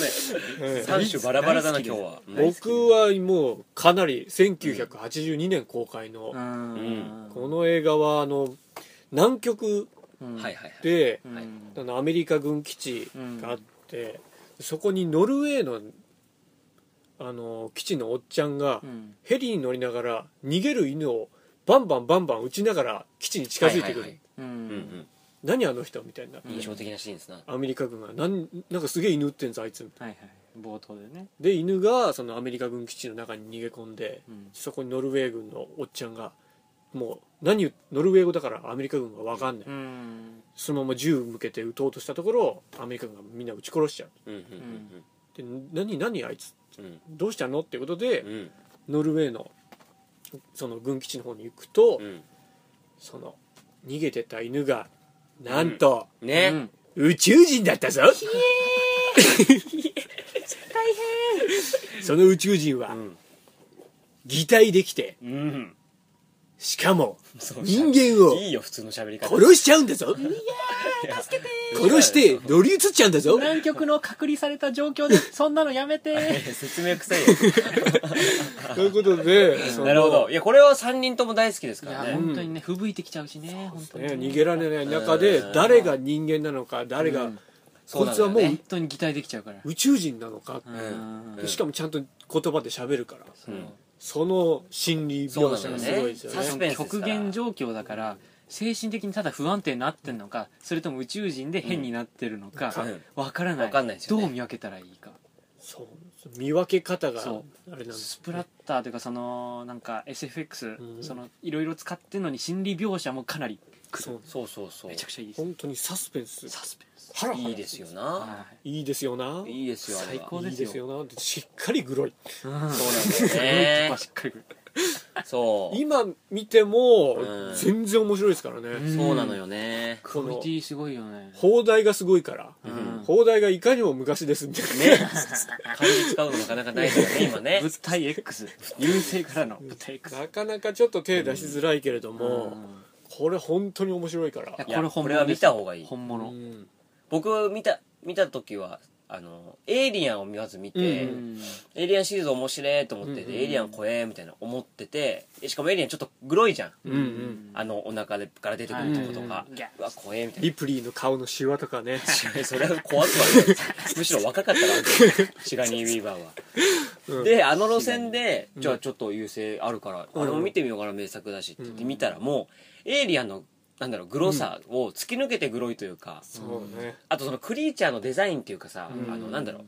[SPEAKER 3] うん
[SPEAKER 1] 三種バラバラだな
[SPEAKER 2] 大
[SPEAKER 1] 今
[SPEAKER 2] 好き
[SPEAKER 1] 日
[SPEAKER 2] だ
[SPEAKER 1] は
[SPEAKER 2] 大好き
[SPEAKER 3] 僕はもうかなり1982年公開の、
[SPEAKER 2] ん
[SPEAKER 1] う
[SPEAKER 3] この映画はあの南極
[SPEAKER 2] うん
[SPEAKER 1] はいはいはい
[SPEAKER 3] で、
[SPEAKER 2] うん
[SPEAKER 1] はい
[SPEAKER 3] あのアメリカ軍基地があって、そこにノルウェーのあの基地のおっちゃんが
[SPEAKER 2] うん
[SPEAKER 3] ヘリに乗りながら逃げる犬をバンバンバンバン撃ちながら基地に近づいてくる、
[SPEAKER 1] ははは
[SPEAKER 2] う
[SPEAKER 1] うんん
[SPEAKER 3] 何あの人みたいな、
[SPEAKER 1] うん印象的なシーンですな
[SPEAKER 3] アメリカ軍がなんなんかすげえ犬撃ってんぞあいつ
[SPEAKER 2] はいはい冒頭でね、
[SPEAKER 3] で犬がそのアメリカ軍基地の中に逃げ込んで
[SPEAKER 2] うん
[SPEAKER 3] そこにノルウェー軍のおっちゃんがもう何言うノルウェー語だからアメリカ軍が分かんない、
[SPEAKER 2] うん
[SPEAKER 3] そのまま銃向けて撃とうとしたところアメリカ軍がみんな撃ち殺しちゃう
[SPEAKER 1] うんうんうん
[SPEAKER 3] で何何あいつ
[SPEAKER 1] うん
[SPEAKER 3] どうしたのっていうことで、
[SPEAKER 1] うん
[SPEAKER 3] ノルウェーのその軍基地の方に行くと、
[SPEAKER 1] うん
[SPEAKER 3] その逃げてた犬がなんと、
[SPEAKER 1] ね
[SPEAKER 2] うん
[SPEAKER 3] 宇宙人だったぞその宇宙人は
[SPEAKER 1] ん
[SPEAKER 3] 擬態できて
[SPEAKER 1] うん
[SPEAKER 3] しかも
[SPEAKER 1] そう
[SPEAKER 3] 人間を
[SPEAKER 1] いいよ普通の喋り方
[SPEAKER 3] 殺しちゃうんだぞ殺して乗り移っちゃうんだぞ
[SPEAKER 2] 南極の隔離された状況でそんなのやめて
[SPEAKER 1] [LAUGHS] 説明臭いよ
[SPEAKER 3] ということでその
[SPEAKER 1] なるほどいやこれは3人とも大好きです
[SPEAKER 2] い
[SPEAKER 1] から
[SPEAKER 2] や
[SPEAKER 1] ね
[SPEAKER 2] 本当にね吹雪いてきちゃうしね本当に
[SPEAKER 3] ね
[SPEAKER 2] ね
[SPEAKER 3] 逃げられない中で
[SPEAKER 1] うん
[SPEAKER 3] 誰が人間なのか誰が、
[SPEAKER 2] うん
[SPEAKER 1] そうなんだよね
[SPEAKER 3] こいつはも
[SPEAKER 2] 本当に擬態できちゃうから
[SPEAKER 3] 宇宙人なのか、
[SPEAKER 1] ん
[SPEAKER 3] しかもちゃんと言葉で喋るから
[SPEAKER 2] そう
[SPEAKER 1] うん
[SPEAKER 3] その心理描写がすごいですよ
[SPEAKER 1] そうな
[SPEAKER 3] ね
[SPEAKER 1] んだよね
[SPEAKER 2] 極限状況だから精神的にただ不安定になってんのかそれとも宇宙人で変になってるのか
[SPEAKER 1] うん
[SPEAKER 2] わからない
[SPEAKER 1] わかんないですよね
[SPEAKER 2] どう見分けたらいいか
[SPEAKER 3] そう見分け方があ
[SPEAKER 2] そ
[SPEAKER 3] れなんです
[SPEAKER 2] スプラッターというかそのなんか SFX、
[SPEAKER 3] うん
[SPEAKER 2] そのいろいろ使ってるのに心理描写もかなり
[SPEAKER 3] そう
[SPEAKER 1] そうそうそう
[SPEAKER 2] めちゃくちゃいいです
[SPEAKER 3] 本当にサスペンス
[SPEAKER 2] サスペンス
[SPEAKER 3] ハラハラ
[SPEAKER 1] いいですよない
[SPEAKER 3] いですよない
[SPEAKER 1] いですよあれ
[SPEAKER 2] 最
[SPEAKER 1] は
[SPEAKER 2] 高
[SPEAKER 3] い
[SPEAKER 2] で
[SPEAKER 3] い
[SPEAKER 2] す
[SPEAKER 3] で
[SPEAKER 2] よ
[SPEAKER 3] すよなってしっかりグロい
[SPEAKER 2] そうなんだ
[SPEAKER 1] そうなんだよね
[SPEAKER 2] しっかり
[SPEAKER 1] そう
[SPEAKER 3] 今見ても
[SPEAKER 1] うん
[SPEAKER 3] 全然面白いですからね
[SPEAKER 2] ん
[SPEAKER 1] そうなのよね
[SPEAKER 3] こ
[SPEAKER 2] クオリ
[SPEAKER 3] の
[SPEAKER 2] ティすごいよね
[SPEAKER 3] 放題がすごいから
[SPEAKER 1] うん
[SPEAKER 2] うんうん
[SPEAKER 3] 放題がいかにも昔ですみたいな
[SPEAKER 1] ね漢字使うのなかなかないですよね今ね
[SPEAKER 2] [LAUGHS] 物体 X 優勢からの物体 X
[SPEAKER 3] なかなかちょっと手出しづらいけれども、
[SPEAKER 2] うん
[SPEAKER 3] これ本当に面白いから
[SPEAKER 2] いや
[SPEAKER 1] いや
[SPEAKER 2] これ本物
[SPEAKER 1] これは見た方がいい
[SPEAKER 2] 本
[SPEAKER 3] う
[SPEAKER 2] 物
[SPEAKER 3] ん
[SPEAKER 1] 僕見た見た時はあのエイリアンをまず見て、
[SPEAKER 3] う
[SPEAKER 2] うん
[SPEAKER 1] エイリアンシリーズ面白いと思ってて、
[SPEAKER 3] うんうん
[SPEAKER 1] エイリアン怖えみたいな思っててえしかもエイリアンちょっとグロいじゃん、
[SPEAKER 3] うんうん
[SPEAKER 1] あのお腹でから出てくるとことか、
[SPEAKER 2] うんうん
[SPEAKER 1] うわ怖えみたいな
[SPEAKER 3] リプリーの顔のシワとかね
[SPEAKER 1] それは怖くはないむしろ若かったからシガニー・ウィーバーは、
[SPEAKER 3] うん
[SPEAKER 1] であの路線で
[SPEAKER 3] うん
[SPEAKER 1] じゃあちょっと優勢あるから、
[SPEAKER 3] うん
[SPEAKER 1] あれも見てみようかな名作だしって言って見たらもうエイリアンのなんだろうグロさを突き抜けてグロいというか、
[SPEAKER 3] そうね
[SPEAKER 1] あとそのクリーチャーのデザインっていうかさ、
[SPEAKER 2] うん
[SPEAKER 1] あのなんだろ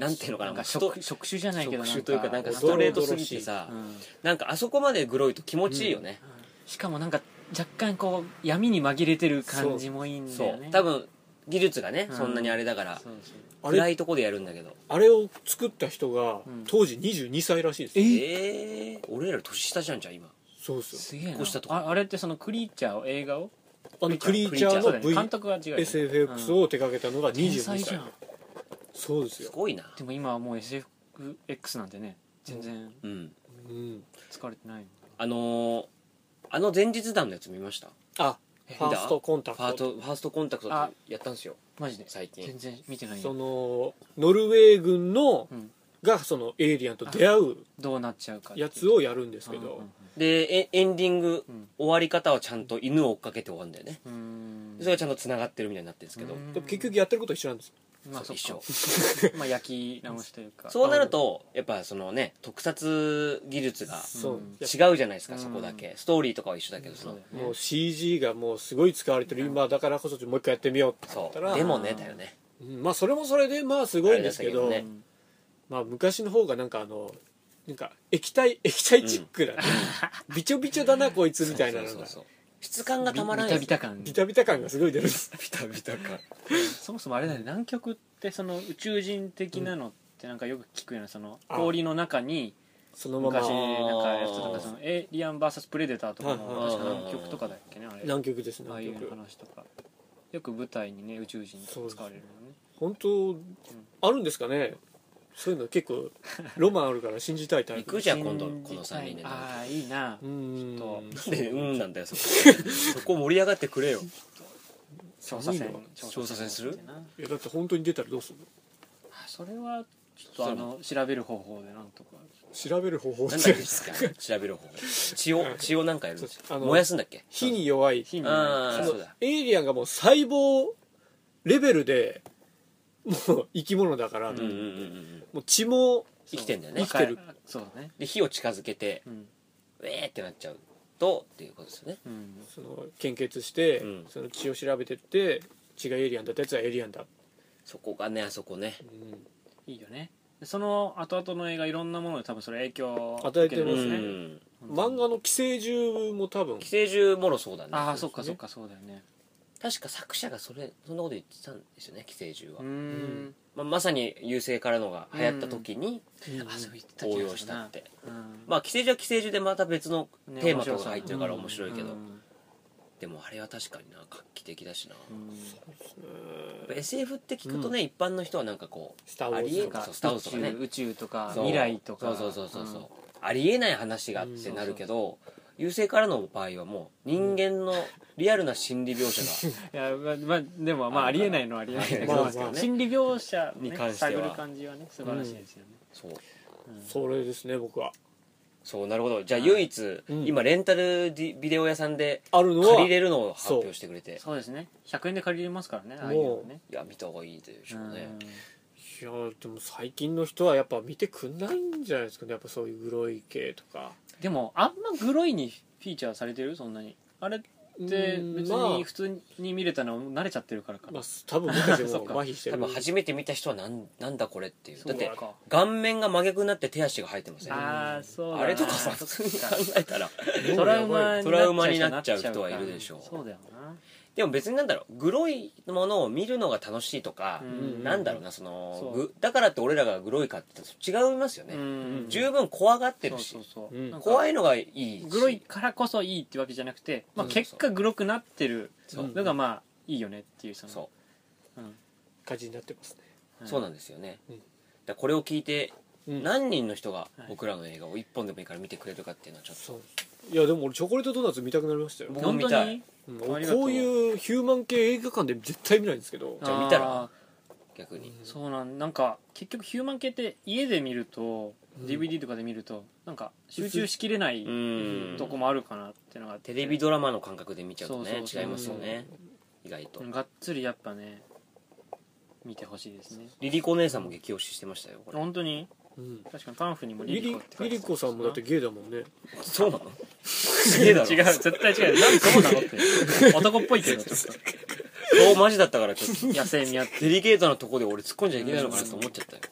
[SPEAKER 1] うなんていうのかな
[SPEAKER 2] なんか
[SPEAKER 1] スト
[SPEAKER 2] 職職種じゃないけど
[SPEAKER 1] 触手というかなんかストレートすぎてさ、
[SPEAKER 2] うん
[SPEAKER 1] なんかあそこまでグロいと気持ちいいよね、
[SPEAKER 2] しかもなんか若干こう闇に紛れてる感じもいいんだ
[SPEAKER 1] そ
[SPEAKER 2] よ
[SPEAKER 1] う
[SPEAKER 2] ね
[SPEAKER 1] 多分技術がね、
[SPEAKER 2] うん
[SPEAKER 1] そんなにあれだから
[SPEAKER 2] そうそう
[SPEAKER 3] あ
[SPEAKER 1] 暗
[SPEAKER 3] れ
[SPEAKER 1] いとこでやるんだけど
[SPEAKER 3] あれを作った人が
[SPEAKER 2] うん
[SPEAKER 3] 当時22歳らしいですよ
[SPEAKER 1] ええー、俺ら年下じゃんじゃん今
[SPEAKER 3] そうですよ
[SPEAKER 2] すげえな
[SPEAKER 1] こうしたとこ
[SPEAKER 2] ああれってそのクリーチャーを映画を
[SPEAKER 3] あのクリーチ
[SPEAKER 2] あ
[SPEAKER 3] ャ
[SPEAKER 2] そうだ
[SPEAKER 3] ー
[SPEAKER 2] よね監
[SPEAKER 3] の
[SPEAKER 2] 督は違うよね
[SPEAKER 3] VSFX を手掛けたのが
[SPEAKER 2] 天
[SPEAKER 3] 22
[SPEAKER 2] 才
[SPEAKER 3] 歳
[SPEAKER 2] じゃん
[SPEAKER 3] そうです
[SPEAKER 1] す
[SPEAKER 3] よ、
[SPEAKER 1] ごいな
[SPEAKER 2] でも今はもう SFX なんてね全然
[SPEAKER 1] うん
[SPEAKER 3] うん、
[SPEAKER 2] 疲れてない
[SPEAKER 1] あのー、あの前日談のやつ見ました
[SPEAKER 3] あファーストコンタ
[SPEAKER 1] ファー
[SPEAKER 3] ク
[SPEAKER 1] ス
[SPEAKER 3] ト
[SPEAKER 1] トファーストコンタクトっ
[SPEAKER 2] あ
[SPEAKER 1] てやったんですよ
[SPEAKER 2] マジで
[SPEAKER 1] 最近
[SPEAKER 2] 全然見てない
[SPEAKER 3] そ
[SPEAKER 2] よ
[SPEAKER 3] のノルウェー軍の
[SPEAKER 2] うん
[SPEAKER 3] がそのエイリアンと出会う
[SPEAKER 2] どうなっちゃうかっていう
[SPEAKER 3] やつをやるんですけ
[SPEAKER 2] う
[SPEAKER 3] ど
[SPEAKER 2] ん
[SPEAKER 1] でエエンディング、
[SPEAKER 2] うん
[SPEAKER 1] 終わり方はちゃんと犬を追っかけて終わるんだよね
[SPEAKER 2] うんうん
[SPEAKER 1] それがちゃんと繋がってるみたいになってるんですけど、
[SPEAKER 2] うん
[SPEAKER 3] でも結局やってることは一緒なんですよ
[SPEAKER 2] まあ
[SPEAKER 1] そう
[SPEAKER 2] そ
[SPEAKER 1] 一緒
[SPEAKER 2] っか [LAUGHS] まあ焼き直しというか
[SPEAKER 1] そうなるとやっぱそのね特撮技術が
[SPEAKER 3] そう
[SPEAKER 2] うん
[SPEAKER 3] やっ
[SPEAKER 1] 違うじゃないですか、
[SPEAKER 2] うん
[SPEAKER 1] そこだけストーリーとかは一緒だけどそ
[SPEAKER 2] そう
[SPEAKER 1] の
[SPEAKER 2] だよ
[SPEAKER 3] ぱ
[SPEAKER 2] ね
[SPEAKER 3] もう CG がもうすごい使われてる今だからこそもう一回やってみようって言
[SPEAKER 1] そ
[SPEAKER 3] った
[SPEAKER 1] う
[SPEAKER 3] ら
[SPEAKER 1] でもねだよね
[SPEAKER 3] うんまあそれもそれでまあすごいんですけど
[SPEAKER 1] あれだったけどね
[SPEAKER 3] まあ昔の方がなんかあのなんか液体液体チックだね、 [LAUGHS] びちょびちょだなこいつみたいなの
[SPEAKER 1] そう
[SPEAKER 3] が
[SPEAKER 1] そうそう質感がたまら
[SPEAKER 2] ビ
[SPEAKER 1] な
[SPEAKER 2] タ
[SPEAKER 1] いです
[SPEAKER 2] ビタ感
[SPEAKER 3] ビタビタ感がすごい出るんです
[SPEAKER 1] ビタビタ感
[SPEAKER 2] [LAUGHS] そもそもあれだよね南極ってその宇宙人的なのってなんかよく聞くようなその
[SPEAKER 3] あ
[SPEAKER 2] 氷の中に
[SPEAKER 3] そのまま
[SPEAKER 2] 昔なんかやってたな
[SPEAKER 1] あー
[SPEAKER 2] んかそのエイリアン VS プレデターとかも
[SPEAKER 3] はいはい
[SPEAKER 1] はい
[SPEAKER 2] 確か南極とかだっけねあれ
[SPEAKER 3] 南極ですね
[SPEAKER 2] ああい
[SPEAKER 3] 南
[SPEAKER 2] う
[SPEAKER 3] 極
[SPEAKER 2] 話とかよく舞台にね宇宙人と使われるのね
[SPEAKER 3] 本当あるんですかねそういうの結
[SPEAKER 1] [LAUGHS]
[SPEAKER 3] 構ロマンあるから信じたいタイ
[SPEAKER 1] 行
[SPEAKER 3] プ
[SPEAKER 1] くじゃん今度この3
[SPEAKER 2] 三
[SPEAKER 1] 人でな
[SPEAKER 2] ああいいな
[SPEAKER 3] うん
[SPEAKER 2] ちょ
[SPEAKER 1] ん [LAUGHS] でうんなん
[SPEAKER 2] [LAUGHS]
[SPEAKER 1] だよそこそこ盛り上がってくれよ
[SPEAKER 2] 調査船
[SPEAKER 1] 調査船する
[SPEAKER 2] みたいない
[SPEAKER 3] やだって本当に出たらどうするの
[SPEAKER 2] あそれはちょっとあの調べる方法でなんとか
[SPEAKER 3] 調べる方法っ
[SPEAKER 1] なんだってけですか調べる方法血を血をなんかやるんですよ
[SPEAKER 3] あの
[SPEAKER 1] 燃やすんだっけ
[SPEAKER 3] 火に弱い
[SPEAKER 2] 火に
[SPEAKER 1] ああ
[SPEAKER 3] その
[SPEAKER 1] そうだ
[SPEAKER 3] エイリアンがもう細胞レベルでもう生き物だから、
[SPEAKER 1] うんうんうんうん
[SPEAKER 3] もう血も
[SPEAKER 1] 生きてんだよ
[SPEAKER 3] 生
[SPEAKER 1] ね
[SPEAKER 3] きてる
[SPEAKER 2] そうだね
[SPEAKER 1] で火を近づけて
[SPEAKER 2] うん
[SPEAKER 1] ウェーってなっちゃうとっていうことですよね
[SPEAKER 2] うん
[SPEAKER 3] その献血して、
[SPEAKER 1] うん
[SPEAKER 3] その血を調べてって血がエイリアンだったやつはエイリアンだ、
[SPEAKER 1] そこがねあそこね
[SPEAKER 3] うん
[SPEAKER 2] いいよねでその後々の映画いろんなもので多分それ影響を
[SPEAKER 3] 与えて
[SPEAKER 1] う
[SPEAKER 3] ま
[SPEAKER 2] 受け
[SPEAKER 3] す
[SPEAKER 2] る
[SPEAKER 3] ね
[SPEAKER 2] ん
[SPEAKER 1] ん
[SPEAKER 2] だよ
[SPEAKER 3] 漫画の寄生獣も多分
[SPEAKER 1] 寄生獣もろそうだね
[SPEAKER 2] ああそっかそっかそうだよね
[SPEAKER 1] 確か作者がそれそんなこと言ってたんですよね寄生獣
[SPEAKER 2] う
[SPEAKER 1] は、
[SPEAKER 2] ーん
[SPEAKER 1] まあ、まさに優勢からのが流行った時に
[SPEAKER 2] あそう言ってた気がす
[SPEAKER 1] 応
[SPEAKER 2] るな
[SPEAKER 1] 用したって、
[SPEAKER 2] うん
[SPEAKER 1] まあ寄生獣は寄生獣でまた別の
[SPEAKER 2] ね
[SPEAKER 1] テーマとかが入ってるから面
[SPEAKER 2] 面
[SPEAKER 1] 白
[SPEAKER 2] 白
[SPEAKER 1] い
[SPEAKER 2] い
[SPEAKER 1] け
[SPEAKER 2] う
[SPEAKER 1] ど、
[SPEAKER 2] ん
[SPEAKER 1] でもあれは確かにな画期的だしな、
[SPEAKER 2] うん
[SPEAKER 1] やっぱ SF って聞くとね、一般の人はなんかこう
[SPEAKER 3] スター・ウォ
[SPEAKER 1] あ
[SPEAKER 3] ー
[SPEAKER 1] りえ
[SPEAKER 3] ズ
[SPEAKER 1] ん
[SPEAKER 3] とか
[SPEAKER 2] そ
[SPEAKER 1] かそうう
[SPEAKER 2] スタ
[SPEAKER 1] ス
[SPEAKER 2] ー
[SPEAKER 1] ター
[SPEAKER 2] ウ
[SPEAKER 1] ウ
[SPEAKER 2] ォ
[SPEAKER 1] ォ
[SPEAKER 2] ー
[SPEAKER 1] ー
[SPEAKER 2] ズ
[SPEAKER 1] ズ
[SPEAKER 2] と
[SPEAKER 1] と
[SPEAKER 2] か
[SPEAKER 1] か
[SPEAKER 2] ね宇宙とか
[SPEAKER 1] ねそう
[SPEAKER 2] 未来とか
[SPEAKER 1] そうそうそうそうそう、ありえない話があってなるけど、優勢からの場合はもう人間のリアルな心理描写
[SPEAKER 2] [LAUGHS]
[SPEAKER 1] が、
[SPEAKER 2] いやまあまあでもまああ
[SPEAKER 1] ある
[SPEAKER 2] り
[SPEAKER 1] から
[SPEAKER 2] えないのはありえないけど
[SPEAKER 3] まあま
[SPEAKER 2] そうで
[SPEAKER 3] あ
[SPEAKER 2] すけどね心理描写をね
[SPEAKER 1] に関しては
[SPEAKER 2] 探る感じはね素晴らしいですよね
[SPEAKER 1] そう
[SPEAKER 3] それですね僕は
[SPEAKER 1] そうなるほどじゃあ唯一、
[SPEAKER 3] うん
[SPEAKER 1] 今レンタルディビデオ屋さんで
[SPEAKER 3] あるのは
[SPEAKER 1] 借りれるのを発表してくれて
[SPEAKER 2] そうですね100円で借りれますからねああいうのね
[SPEAKER 1] いや見た方がいいでしょうね、
[SPEAKER 2] うん
[SPEAKER 3] いやでも最近の人はやっぱ見てくんないんじゃないですかねやっぱそういうグロい系とか
[SPEAKER 2] でもあんまグロいにフィーチャーされてるそんなにあれって別に普通に見れたのは慣れちゃってるからか
[SPEAKER 3] ま
[SPEAKER 2] な
[SPEAKER 3] あ、まあ、多分昔も
[SPEAKER 2] そっ
[SPEAKER 3] う
[SPEAKER 2] か
[SPEAKER 3] 麻痺して
[SPEAKER 1] 多
[SPEAKER 3] る
[SPEAKER 1] 分初めて見た人はなんなんだこれっていう
[SPEAKER 2] そ
[SPEAKER 1] だ
[SPEAKER 2] う
[SPEAKER 1] って
[SPEAKER 2] か
[SPEAKER 1] 顔面が真逆になって手足が生えてません
[SPEAKER 2] あ
[SPEAKER 1] あ
[SPEAKER 2] あそうだな
[SPEAKER 1] れとかさ普通に考えたら
[SPEAKER 2] トラウマ
[SPEAKER 1] トラウマになっちゃう人はいるでしょう
[SPEAKER 2] そうだよな
[SPEAKER 1] でも別になんだろうグロいものを見るのが楽しいとか、
[SPEAKER 2] うん
[SPEAKER 1] なんだろうなその
[SPEAKER 2] そう
[SPEAKER 1] ぐだからって俺らがグロいかって言ったら違いますよね、
[SPEAKER 2] うん
[SPEAKER 1] 十分怖がって
[SPEAKER 2] そ
[SPEAKER 1] る
[SPEAKER 2] う
[SPEAKER 1] し
[SPEAKER 2] そうそう
[SPEAKER 3] うん
[SPEAKER 2] なんか
[SPEAKER 1] 怖いのがいいし
[SPEAKER 2] グロいからこそいいってわけじゃなくて、まあ、
[SPEAKER 1] うん
[SPEAKER 2] 結果グロくなってる
[SPEAKER 1] そう
[SPEAKER 2] のがまあいいよねっていうその
[SPEAKER 1] そう
[SPEAKER 2] うん
[SPEAKER 3] 感じになってますね
[SPEAKER 1] そうなんですよね、
[SPEAKER 3] うん
[SPEAKER 1] だからこれを聞いて
[SPEAKER 3] うん
[SPEAKER 1] 何人の人が僕らの映画を一本でもいいから見てくれるかっていうのはちょっと
[SPEAKER 3] そういやでも俺チョコレートドーナツ見たくなりましたよ、
[SPEAKER 1] 僕も
[SPEAKER 2] 本
[SPEAKER 1] 見
[SPEAKER 2] 当
[SPEAKER 1] たい
[SPEAKER 2] に
[SPEAKER 3] うん
[SPEAKER 2] あり
[SPEAKER 3] 俺
[SPEAKER 2] がとう
[SPEAKER 3] こういうヒューマン系映画館で絶対見ないんですけど
[SPEAKER 1] じゃあ見たら
[SPEAKER 2] あ
[SPEAKER 1] 逆に
[SPEAKER 2] ーそうなんなんか結局ヒューマン系って家で見ると、
[SPEAKER 3] うん
[SPEAKER 2] DVD とかで見るとなんか集中しきれない
[SPEAKER 1] うん
[SPEAKER 2] とこもあるかなってのがあって
[SPEAKER 1] テレビドラマの感覚で見ちゃうと
[SPEAKER 2] そ
[SPEAKER 1] ね
[SPEAKER 2] うそうそう
[SPEAKER 1] 違いますよね意外と
[SPEAKER 2] がっつりやっぱね見てほしいですね
[SPEAKER 1] リリコ姉さんも激推ししてましたよこれ
[SPEAKER 2] 本当に
[SPEAKER 3] うん
[SPEAKER 2] 確かにカンフにもリ
[SPEAKER 3] リ
[SPEAKER 2] リ
[SPEAKER 3] リ
[SPEAKER 2] コって書
[SPEAKER 3] リ
[SPEAKER 2] いて
[SPEAKER 3] リコさんもだってゲイだもんね
[SPEAKER 1] そうなの [LAUGHS]
[SPEAKER 2] 違
[SPEAKER 1] 違
[SPEAKER 2] う
[SPEAKER 1] 違う
[SPEAKER 2] 絶対違うなんかそうなのって男っぽいけどちょっ [LAUGHS]
[SPEAKER 1] 顔マジだったからちょっと
[SPEAKER 2] と野生味あって
[SPEAKER 1] デリケートなとこで俺突っ込んじゃいけないのかなと思っちゃったよ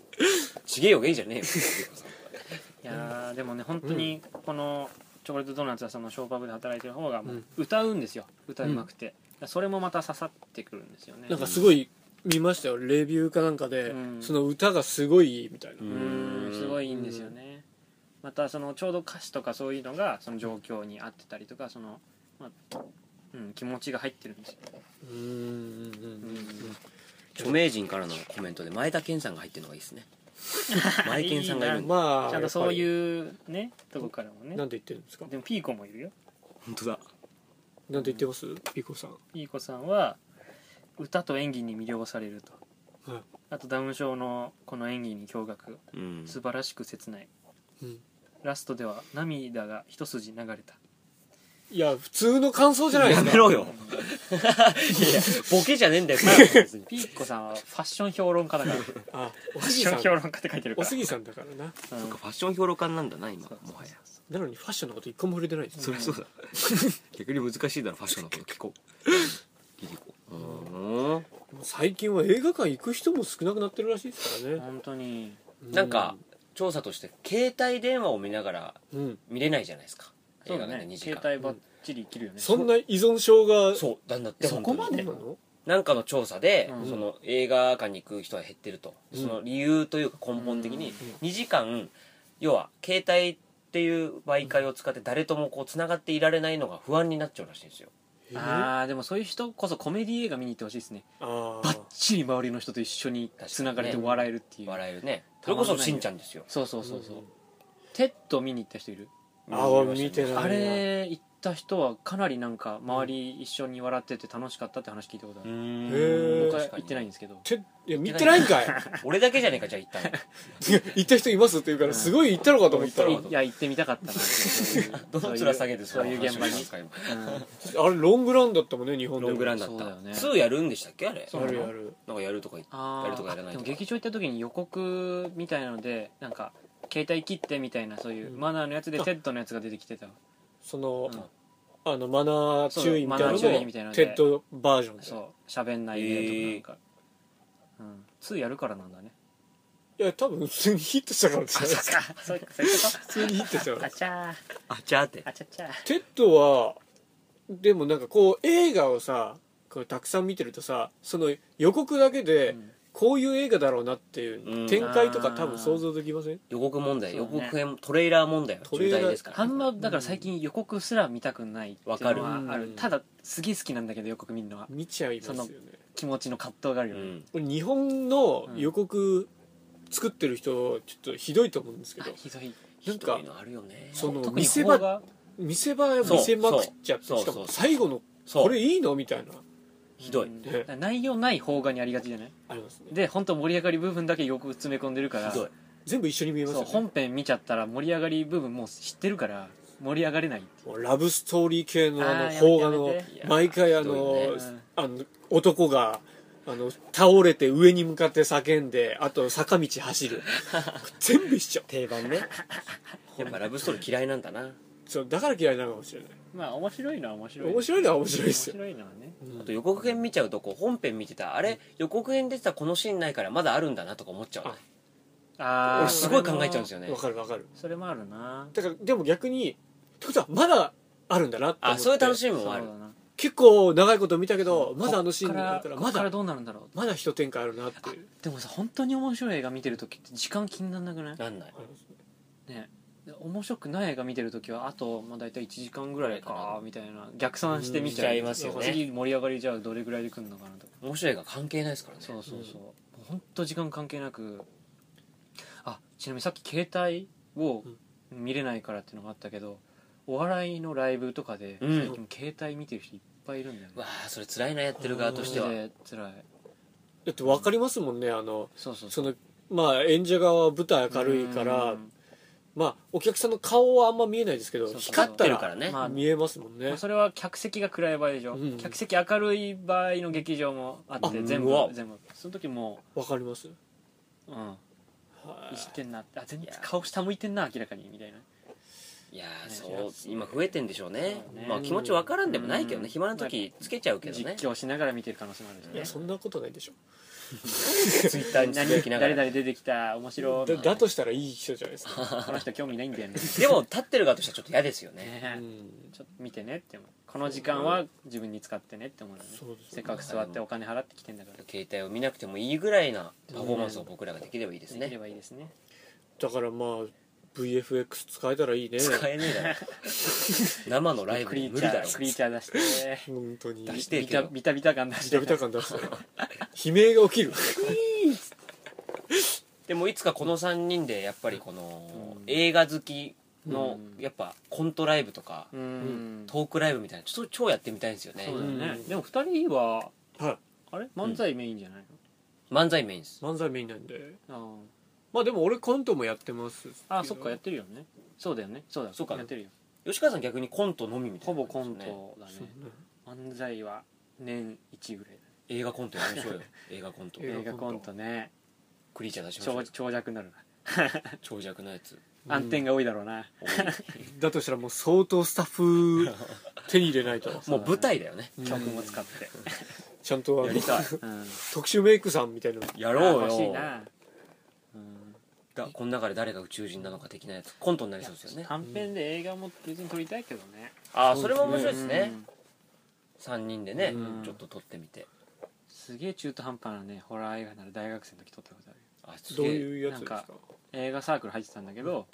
[SPEAKER 1] ちげえよゲイじゃねえよリリコさん
[SPEAKER 2] いやーでもね本当にこのチョコレートドーナツはそのショーパブで働いてる方がもう
[SPEAKER 3] うん
[SPEAKER 2] 歌うんですよ、歌うまくて、それもまた刺さってくるんですよね
[SPEAKER 3] なんかすごい見ましたよレビューかなんかで、
[SPEAKER 2] うん
[SPEAKER 3] その歌がすごいいいみたいな、
[SPEAKER 1] う
[SPEAKER 2] うんんすごいいいんですよね、またそのちょうど歌詞とかそういうのがその状況に合ってたりとかその、まあうん、気持ちが入ってるんですよ、
[SPEAKER 3] うんうんうんうん
[SPEAKER 1] 著名人からのコメントで前田健さんが入ってるのがいいですね前健さんがいるんだ
[SPEAKER 3] まあ
[SPEAKER 2] ちゃんとそう
[SPEAKER 3] う
[SPEAKER 2] いうねとこからもね
[SPEAKER 3] なんて言ってるんですか
[SPEAKER 2] でもピーコもいるよ
[SPEAKER 1] 本当だ
[SPEAKER 3] なんて言ってますピコさん
[SPEAKER 2] ピーコさんは歌と演技に魅了されると、
[SPEAKER 3] はい
[SPEAKER 2] あとダウン症のこの演技に驚愕
[SPEAKER 1] うん
[SPEAKER 2] 素晴らしく切ない
[SPEAKER 3] うん
[SPEAKER 2] ラストでは涙が一筋流れた
[SPEAKER 3] いや普通の感想じゃないで
[SPEAKER 1] や
[SPEAKER 3] す
[SPEAKER 1] め
[SPEAKER 3] か
[SPEAKER 1] ろよいや [LAUGHS] ボケじゃねえんだよそれは別に
[SPEAKER 2] ピーコさんはファッション評論家だからフ
[SPEAKER 3] あお
[SPEAKER 2] ァッ
[SPEAKER 3] すぎ
[SPEAKER 2] シ
[SPEAKER 3] さ
[SPEAKER 2] ョ
[SPEAKER 3] ん
[SPEAKER 2] ン評論家って書いてるか
[SPEAKER 3] お
[SPEAKER 2] ら
[SPEAKER 3] すぎさんだからな
[SPEAKER 2] うん
[SPEAKER 1] なんかファッション評論家なんだな今
[SPEAKER 2] そう
[SPEAKER 1] もはや
[SPEAKER 3] なのにファッションのこと一個も触れてないです
[SPEAKER 1] そりゃそうだ逆に難しいだろファッションのこと聞こうリリコうーん
[SPEAKER 3] もう最近は映画館行く人も少なくなってるらしいですからね、
[SPEAKER 2] 本当に
[SPEAKER 1] なんか調査として携帯電話を見ながら
[SPEAKER 3] うん、うん
[SPEAKER 1] 見れないじゃないですか
[SPEAKER 2] そ
[SPEAKER 1] 映
[SPEAKER 2] うだ
[SPEAKER 1] 画が
[SPEAKER 2] ね
[SPEAKER 1] ね2時
[SPEAKER 2] 携
[SPEAKER 1] 間
[SPEAKER 2] 帯ばっちり生きるよね
[SPEAKER 3] そんな依存症が
[SPEAKER 1] そうなんだって
[SPEAKER 2] そこま
[SPEAKER 1] 本当に
[SPEAKER 2] で
[SPEAKER 3] なの
[SPEAKER 1] なんかの調査で、
[SPEAKER 2] うん
[SPEAKER 1] その映画館に行く人は減ってると、
[SPEAKER 3] うん
[SPEAKER 1] その理由というか根本的に
[SPEAKER 3] う
[SPEAKER 1] 2時間要は携帯っていう媒介を使って誰ともこうつながっていられないのが不安になっちゃうらしいんですよ
[SPEAKER 3] えー
[SPEAKER 2] あーでもそういう人こそコメディ映画見に行ってほしいですね
[SPEAKER 3] あ
[SPEAKER 2] ばっちり周りの人と一緒につながれて笑えるっていう、
[SPEAKER 1] 笑えるねそ
[SPEAKER 2] た
[SPEAKER 1] れ
[SPEAKER 2] まんな
[SPEAKER 1] こ
[SPEAKER 2] いよ
[SPEAKER 1] そしんちゃんですよ
[SPEAKER 2] そうそうそうそう、
[SPEAKER 3] うん
[SPEAKER 2] テッド見に行った人いる
[SPEAKER 3] あ
[SPEAKER 1] うん
[SPEAKER 3] 見てない
[SPEAKER 2] あれ行った人はかなりなんか周り一緒に笑ってて楽しかったって話聞いたことあ
[SPEAKER 1] う
[SPEAKER 2] る、
[SPEAKER 1] ん
[SPEAKER 3] へー
[SPEAKER 2] 僕は
[SPEAKER 1] 確か
[SPEAKER 2] 行
[SPEAKER 1] に
[SPEAKER 2] ってないんですけど
[SPEAKER 3] ていや見てないんかい
[SPEAKER 1] 俺だけじゃねえかじ
[SPEAKER 2] [LAUGHS]
[SPEAKER 1] ゃあ行ったの
[SPEAKER 3] [LAUGHS] 行った人いますって言うからすごい行ったのかと思ったら
[SPEAKER 1] うん
[SPEAKER 2] いや行ってみたかったなって
[SPEAKER 1] どの面下げて
[SPEAKER 2] そういうそういう現場に、
[SPEAKER 3] あれロングランだったもんね日本で
[SPEAKER 1] ロ
[SPEAKER 3] も
[SPEAKER 1] ングランだ
[SPEAKER 2] そ
[SPEAKER 1] っ
[SPEAKER 2] うだよ
[SPEAKER 1] た
[SPEAKER 2] ね
[SPEAKER 1] 2やるんでしたっけあれ
[SPEAKER 2] そう
[SPEAKER 3] やるやる
[SPEAKER 1] なんかやるとか言って
[SPEAKER 2] あ
[SPEAKER 1] やるとかやら
[SPEAKER 2] ー
[SPEAKER 1] ない
[SPEAKER 2] で
[SPEAKER 1] と
[SPEAKER 2] も
[SPEAKER 1] か
[SPEAKER 2] 劇場行った時に予告みたいなのでなんか携帯切ってみたいなそういうマナーのやつでテッドのやつが出てきてたわ
[SPEAKER 3] その、あのマナー注意みたいなのも
[SPEAKER 2] そうマナー注意みたいなので
[SPEAKER 3] テッドバージョンで
[SPEAKER 2] そう喋んないでとかなんか、うん、2やるからなんだ
[SPEAKER 1] [LAUGHS]
[SPEAKER 2] ね
[SPEAKER 3] いや多分普通にヒットしたからじゃないですか
[SPEAKER 2] かそうかそういう
[SPEAKER 3] 普通にヒットしたか
[SPEAKER 2] あ
[SPEAKER 3] ら
[SPEAKER 2] ちゃー
[SPEAKER 1] あちゃーって
[SPEAKER 2] あちゃちゃ
[SPEAKER 3] テッドはでもなんかこう映画をさこうたくさん見てるとさその予告だけ
[SPEAKER 2] ー、
[SPEAKER 3] で
[SPEAKER 2] うん
[SPEAKER 3] こういう映画だろうなって
[SPEAKER 1] う
[SPEAKER 3] い
[SPEAKER 1] ん
[SPEAKER 3] う展開とか多分想像できません
[SPEAKER 1] 予告問題、
[SPEAKER 2] そう
[SPEAKER 1] 予
[SPEAKER 2] ね
[SPEAKER 1] 告編トレーラー問題は
[SPEAKER 3] トレ
[SPEAKER 1] 重
[SPEAKER 3] ーラー
[SPEAKER 1] 大ですから
[SPEAKER 2] あんまだから最近予告すら見たくないっていうのはあ
[SPEAKER 3] わか
[SPEAKER 2] る
[SPEAKER 3] る
[SPEAKER 2] ただすげえ好きなんだけど予告見るのは
[SPEAKER 3] 見ちゃいますよね
[SPEAKER 2] 気持ちの葛藤がある
[SPEAKER 1] う
[SPEAKER 2] よね、
[SPEAKER 1] ん
[SPEAKER 3] 俺日本の予告作ってる人ちょっとひどいと思うんですけ
[SPEAKER 2] あ
[SPEAKER 3] ど
[SPEAKER 2] ひどい
[SPEAKER 3] なんか
[SPEAKER 1] ひどいのあるよね
[SPEAKER 3] その
[SPEAKER 2] 特
[SPEAKER 3] 見
[SPEAKER 2] に
[SPEAKER 3] せ
[SPEAKER 2] 邦
[SPEAKER 3] 場
[SPEAKER 2] 画
[SPEAKER 3] 見せ場見せまくっちゃって
[SPEAKER 1] そう
[SPEAKER 3] しか
[SPEAKER 1] そう
[SPEAKER 3] も
[SPEAKER 1] そう
[SPEAKER 3] 最後の
[SPEAKER 1] そう
[SPEAKER 3] これいいのみたいな
[SPEAKER 1] ひどい
[SPEAKER 2] うんだから内容ない邦画にありがちじゃない
[SPEAKER 3] ありますね
[SPEAKER 2] で本当盛り上がり部分だけよく詰め込んでるから
[SPEAKER 1] ひどい
[SPEAKER 3] 全部一緒に見えます
[SPEAKER 2] そ
[SPEAKER 3] よ
[SPEAKER 2] う
[SPEAKER 3] ね
[SPEAKER 2] 本編見ちゃったら盛り上がり部分もう知ってるから盛り上がれないって
[SPEAKER 3] もうラブストーリー系のあ
[SPEAKER 2] あーやめ
[SPEAKER 3] の
[SPEAKER 2] て
[SPEAKER 3] 邦画の
[SPEAKER 2] やめて
[SPEAKER 3] 毎回あ
[SPEAKER 1] ひ
[SPEAKER 3] の,、
[SPEAKER 1] どいね
[SPEAKER 2] うん
[SPEAKER 3] あの男があの倒れて上に向かって叫んであと坂道走
[SPEAKER 1] [LAUGHS]
[SPEAKER 3] る全部一緒
[SPEAKER 1] 定番ねやっぱラブストーリー嫌いなんだな
[SPEAKER 3] そうだから嫌いなのかもしれない
[SPEAKER 2] まあ面白いのは面白い
[SPEAKER 3] 面白いのは面白いですよ
[SPEAKER 2] 面白いのはね
[SPEAKER 1] あと予告編見ちゃうとこう本編見てたあれ予告編出てたこのシーンないからまだあるんだなとか思っちゃうね
[SPEAKER 3] あ
[SPEAKER 2] あ
[SPEAKER 1] 俺
[SPEAKER 2] あ
[SPEAKER 1] すごい考えちゃうんです
[SPEAKER 2] よ
[SPEAKER 1] よね
[SPEAKER 3] わかるわかる
[SPEAKER 2] それもあるな
[SPEAKER 3] だからでも逆にってことはまだあるんだなって思って
[SPEAKER 1] あそういう楽しみ
[SPEAKER 2] そう
[SPEAKER 1] も
[SPEAKER 2] だ
[SPEAKER 1] ある
[SPEAKER 2] な
[SPEAKER 3] 結構長いこと見たけどまだあのシーン
[SPEAKER 2] こっ
[SPEAKER 3] があるから
[SPEAKER 2] こ
[SPEAKER 3] ま
[SPEAKER 2] っから
[SPEAKER 3] だ
[SPEAKER 2] どうなるんだろう
[SPEAKER 3] まだ一展開あるなっていう
[SPEAKER 2] でもさ本当に面白い映画見てる時って時間気になんなくない
[SPEAKER 1] なんない
[SPEAKER 3] ありますね
[SPEAKER 2] ねで面白くない映画見てる時はあと、まあ、大体1時間ぐらいかみたいな逆算して見ちゃ
[SPEAKER 1] うん見ちゃいますよね
[SPEAKER 2] 次盛り上がりじゃあどれぐらいでくるのかなとか
[SPEAKER 1] 面白い映画関係ないですからね
[SPEAKER 2] そうそうそうもうほんと時間関係なくあちなみにさっき携帯を見れないからっていうのがあったけどお笑いのライブとかで
[SPEAKER 1] うん
[SPEAKER 2] 最近携帯見てる人いっぱいいるんだよね、
[SPEAKER 1] わあそれ辛いなやってる側と
[SPEAKER 2] そ
[SPEAKER 1] し
[SPEAKER 2] してて
[SPEAKER 1] は
[SPEAKER 2] 辛い
[SPEAKER 3] だって分かりますもんねあの
[SPEAKER 2] そうそう
[SPEAKER 3] そうのまあ演者側は舞台明るいから
[SPEAKER 2] うん
[SPEAKER 3] まあお客さんの顔はあんま見えないですけど
[SPEAKER 2] そうそう
[SPEAKER 3] 光っ
[SPEAKER 1] 光ってる
[SPEAKER 3] た
[SPEAKER 1] から
[SPEAKER 3] ら
[SPEAKER 1] ね、
[SPEAKER 2] まあ
[SPEAKER 3] 見えますもんね
[SPEAKER 2] まあそれは客席が暗い場合でしょ、
[SPEAKER 3] うん
[SPEAKER 2] 客席明るい場合の劇場もあって
[SPEAKER 3] あ
[SPEAKER 2] 全
[SPEAKER 1] う
[SPEAKER 2] 部
[SPEAKER 1] わ
[SPEAKER 2] 全部その時も
[SPEAKER 3] 分かります
[SPEAKER 2] う、うん、
[SPEAKER 3] はい
[SPEAKER 2] いじってんなあ全然
[SPEAKER 1] いや
[SPEAKER 2] 顔下向いてんな明らかにみたいない
[SPEAKER 1] やー
[SPEAKER 2] ね
[SPEAKER 1] そう今増えてんでしょうね
[SPEAKER 2] そうね
[SPEAKER 1] まあ気持ち分からんでもないけど
[SPEAKER 2] うん
[SPEAKER 1] ね暇な時つけちゃうけど
[SPEAKER 2] 実
[SPEAKER 1] ね
[SPEAKER 2] 況しながら見てる可能性もある
[SPEAKER 3] いや
[SPEAKER 2] しね
[SPEAKER 3] そんなことないでしょ
[SPEAKER 1] [LAUGHS] ツイッターにつぶやきなが
[SPEAKER 2] 誰
[SPEAKER 1] ら
[SPEAKER 2] 々出てきた面白い
[SPEAKER 3] だだとしたらいい人じゃないですか、
[SPEAKER 2] この人興味ないんだよね
[SPEAKER 1] でも立ってる側としてはちょっと嫌ですよね
[SPEAKER 2] [LAUGHS]
[SPEAKER 3] う
[SPEAKER 2] ね
[SPEAKER 3] ん、
[SPEAKER 2] ちょっと見てねって思うこの時間は自分に使ってねって思うよね
[SPEAKER 3] そうです
[SPEAKER 2] せっかく座ってお金払ってきてんだから
[SPEAKER 1] 携帯を見なくてもいいぐらいなパフォーマンスを僕らができればいいです
[SPEAKER 2] できれ
[SPEAKER 1] ね
[SPEAKER 2] ばいいですね
[SPEAKER 3] だからまあ VFX 使えたらいいね
[SPEAKER 1] 使えねえだ [LAUGHS] ろ生のライブ
[SPEAKER 2] ク
[SPEAKER 1] に
[SPEAKER 2] リ
[SPEAKER 1] 無
[SPEAKER 2] ー
[SPEAKER 1] 理
[SPEAKER 2] チャ
[SPEAKER 1] だろ
[SPEAKER 2] ークリーチャー出して
[SPEAKER 3] 本当に
[SPEAKER 1] 出
[SPEAKER 3] ビ
[SPEAKER 1] してえ
[SPEAKER 2] ビ
[SPEAKER 1] け
[SPEAKER 2] タ
[SPEAKER 1] ど
[SPEAKER 2] ビタビタ感出して
[SPEAKER 3] タビタ感出すから悲鳴が起きる
[SPEAKER 1] でもいつかこの3人でやっぱりこの
[SPEAKER 2] うん
[SPEAKER 1] 映画好きの
[SPEAKER 2] うん
[SPEAKER 1] やっぱコントライブとか
[SPEAKER 2] うん
[SPEAKER 1] トークライブみたいなちょっと超やってみたいんですよね
[SPEAKER 2] そうだね、
[SPEAKER 3] うん
[SPEAKER 2] でも2人は
[SPEAKER 3] は
[SPEAKER 2] あれ漫才メインじゃない
[SPEAKER 1] 漫才メインです
[SPEAKER 3] い漫才メインなんで
[SPEAKER 2] の、
[SPEAKER 3] まあでも俺コントもやってます
[SPEAKER 2] あーあそっかやってるよねそうだよねそうだ
[SPEAKER 1] そうか
[SPEAKER 2] やってるよ
[SPEAKER 1] 吉川さん逆にコントのみみたい
[SPEAKER 2] ほ
[SPEAKER 1] な
[SPEAKER 2] ぼ
[SPEAKER 1] 感
[SPEAKER 2] コ
[SPEAKER 1] じ
[SPEAKER 2] ン
[SPEAKER 1] ですね
[SPEAKER 2] トだね
[SPEAKER 3] そうね
[SPEAKER 2] 漫才は年1ぐらい
[SPEAKER 1] 映画コントやりま [LAUGHS] しょうよ映画コント
[SPEAKER 3] 映
[SPEAKER 2] だ
[SPEAKER 3] 画
[SPEAKER 2] ね映画コ
[SPEAKER 3] コント
[SPEAKER 2] ントね
[SPEAKER 1] クリーチャー出しましょう
[SPEAKER 2] 長
[SPEAKER 1] よ
[SPEAKER 2] 長尺になる
[SPEAKER 1] 長尺のやつ
[SPEAKER 2] な暗転が多いだろうな、
[SPEAKER 1] 多い
[SPEAKER 3] だとしたらもう相当スタ
[SPEAKER 2] [LAUGHS]
[SPEAKER 3] ッフ手に入れないと
[SPEAKER 1] [LAUGHS] もう舞台だよね
[SPEAKER 3] うん
[SPEAKER 2] 曲も使って、
[SPEAKER 3] ちゃんとあ
[SPEAKER 1] や
[SPEAKER 3] の
[SPEAKER 1] りたい
[SPEAKER 2] うん、
[SPEAKER 3] 特殊メイクさんみたいなの
[SPEAKER 1] [LAUGHS] やろう
[SPEAKER 2] 欲しい
[SPEAKER 1] よ
[SPEAKER 2] な、うん
[SPEAKER 1] だこの中で誰が宇宙人なのか的なやつコントになりそうですよね
[SPEAKER 2] 短編で映画も別に撮りたいけどね
[SPEAKER 1] ああ
[SPEAKER 3] そう
[SPEAKER 1] それも面白い
[SPEAKER 3] で
[SPEAKER 1] ですね3人でね
[SPEAKER 3] うん
[SPEAKER 1] ちょっと撮ってみて
[SPEAKER 2] すげえ中途半端なねホラー映画なら大学生の時撮ったことある
[SPEAKER 1] あす
[SPEAKER 3] どう
[SPEAKER 1] げえ
[SPEAKER 3] いうやつですか
[SPEAKER 2] なん映画サークル入ってたんだけど、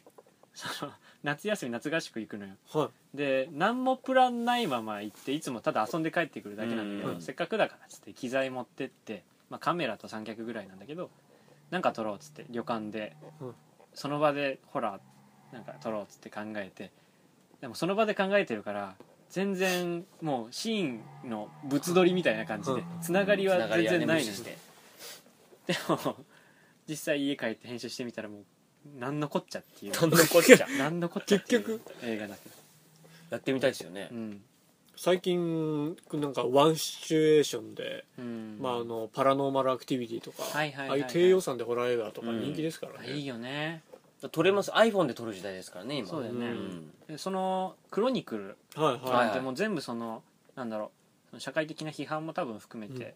[SPEAKER 2] その夏休み夏合宿行くのよ
[SPEAKER 3] はい
[SPEAKER 2] で何もプランないまま行っていつもただ遊んで帰ってくるだけなんだけど、
[SPEAKER 1] うん
[SPEAKER 2] せっかくだからっつって機材持ってって、まあ、カメラと三脚ぐらいなんだけどなんか撮ろうっつって旅館で、
[SPEAKER 3] うん
[SPEAKER 2] その場でホラーなんか撮ろうっつって考えてでもその場で考えてるから全然もうシーンのぶつ撮りみたいな感じで
[SPEAKER 3] う
[SPEAKER 2] つながりは
[SPEAKER 1] つね
[SPEAKER 2] 全然ない
[SPEAKER 1] 無
[SPEAKER 2] の
[SPEAKER 1] 視して
[SPEAKER 2] でも実際家帰って編集してみたらもう何のこっちゃっていう
[SPEAKER 1] どんどんこっちゃ
[SPEAKER 2] 何のこっちゃっていう
[SPEAKER 3] 結局
[SPEAKER 2] 映画だけど
[SPEAKER 1] [LAUGHS] やってみたいですよね
[SPEAKER 2] うん、
[SPEAKER 3] 最近なんかワンシチュエーションで、
[SPEAKER 2] うん、
[SPEAKER 3] まあ、あのパラノーマルアクティビティとか、
[SPEAKER 2] はいはいはいはい
[SPEAKER 3] ああいう低予算でホラー映画とか
[SPEAKER 1] うん
[SPEAKER 3] 人気ですからね、
[SPEAKER 2] いいよね
[SPEAKER 1] 撮れます iPhone で撮る時代ですからね今
[SPEAKER 2] そうだよね、
[SPEAKER 1] うん
[SPEAKER 2] でその「クロニクル
[SPEAKER 3] はい」
[SPEAKER 2] と
[SPEAKER 3] は
[SPEAKER 2] か
[SPEAKER 1] は
[SPEAKER 2] っ
[SPEAKER 1] い
[SPEAKER 2] てもう全部そのなんだろう社会的な批判も多分含めて、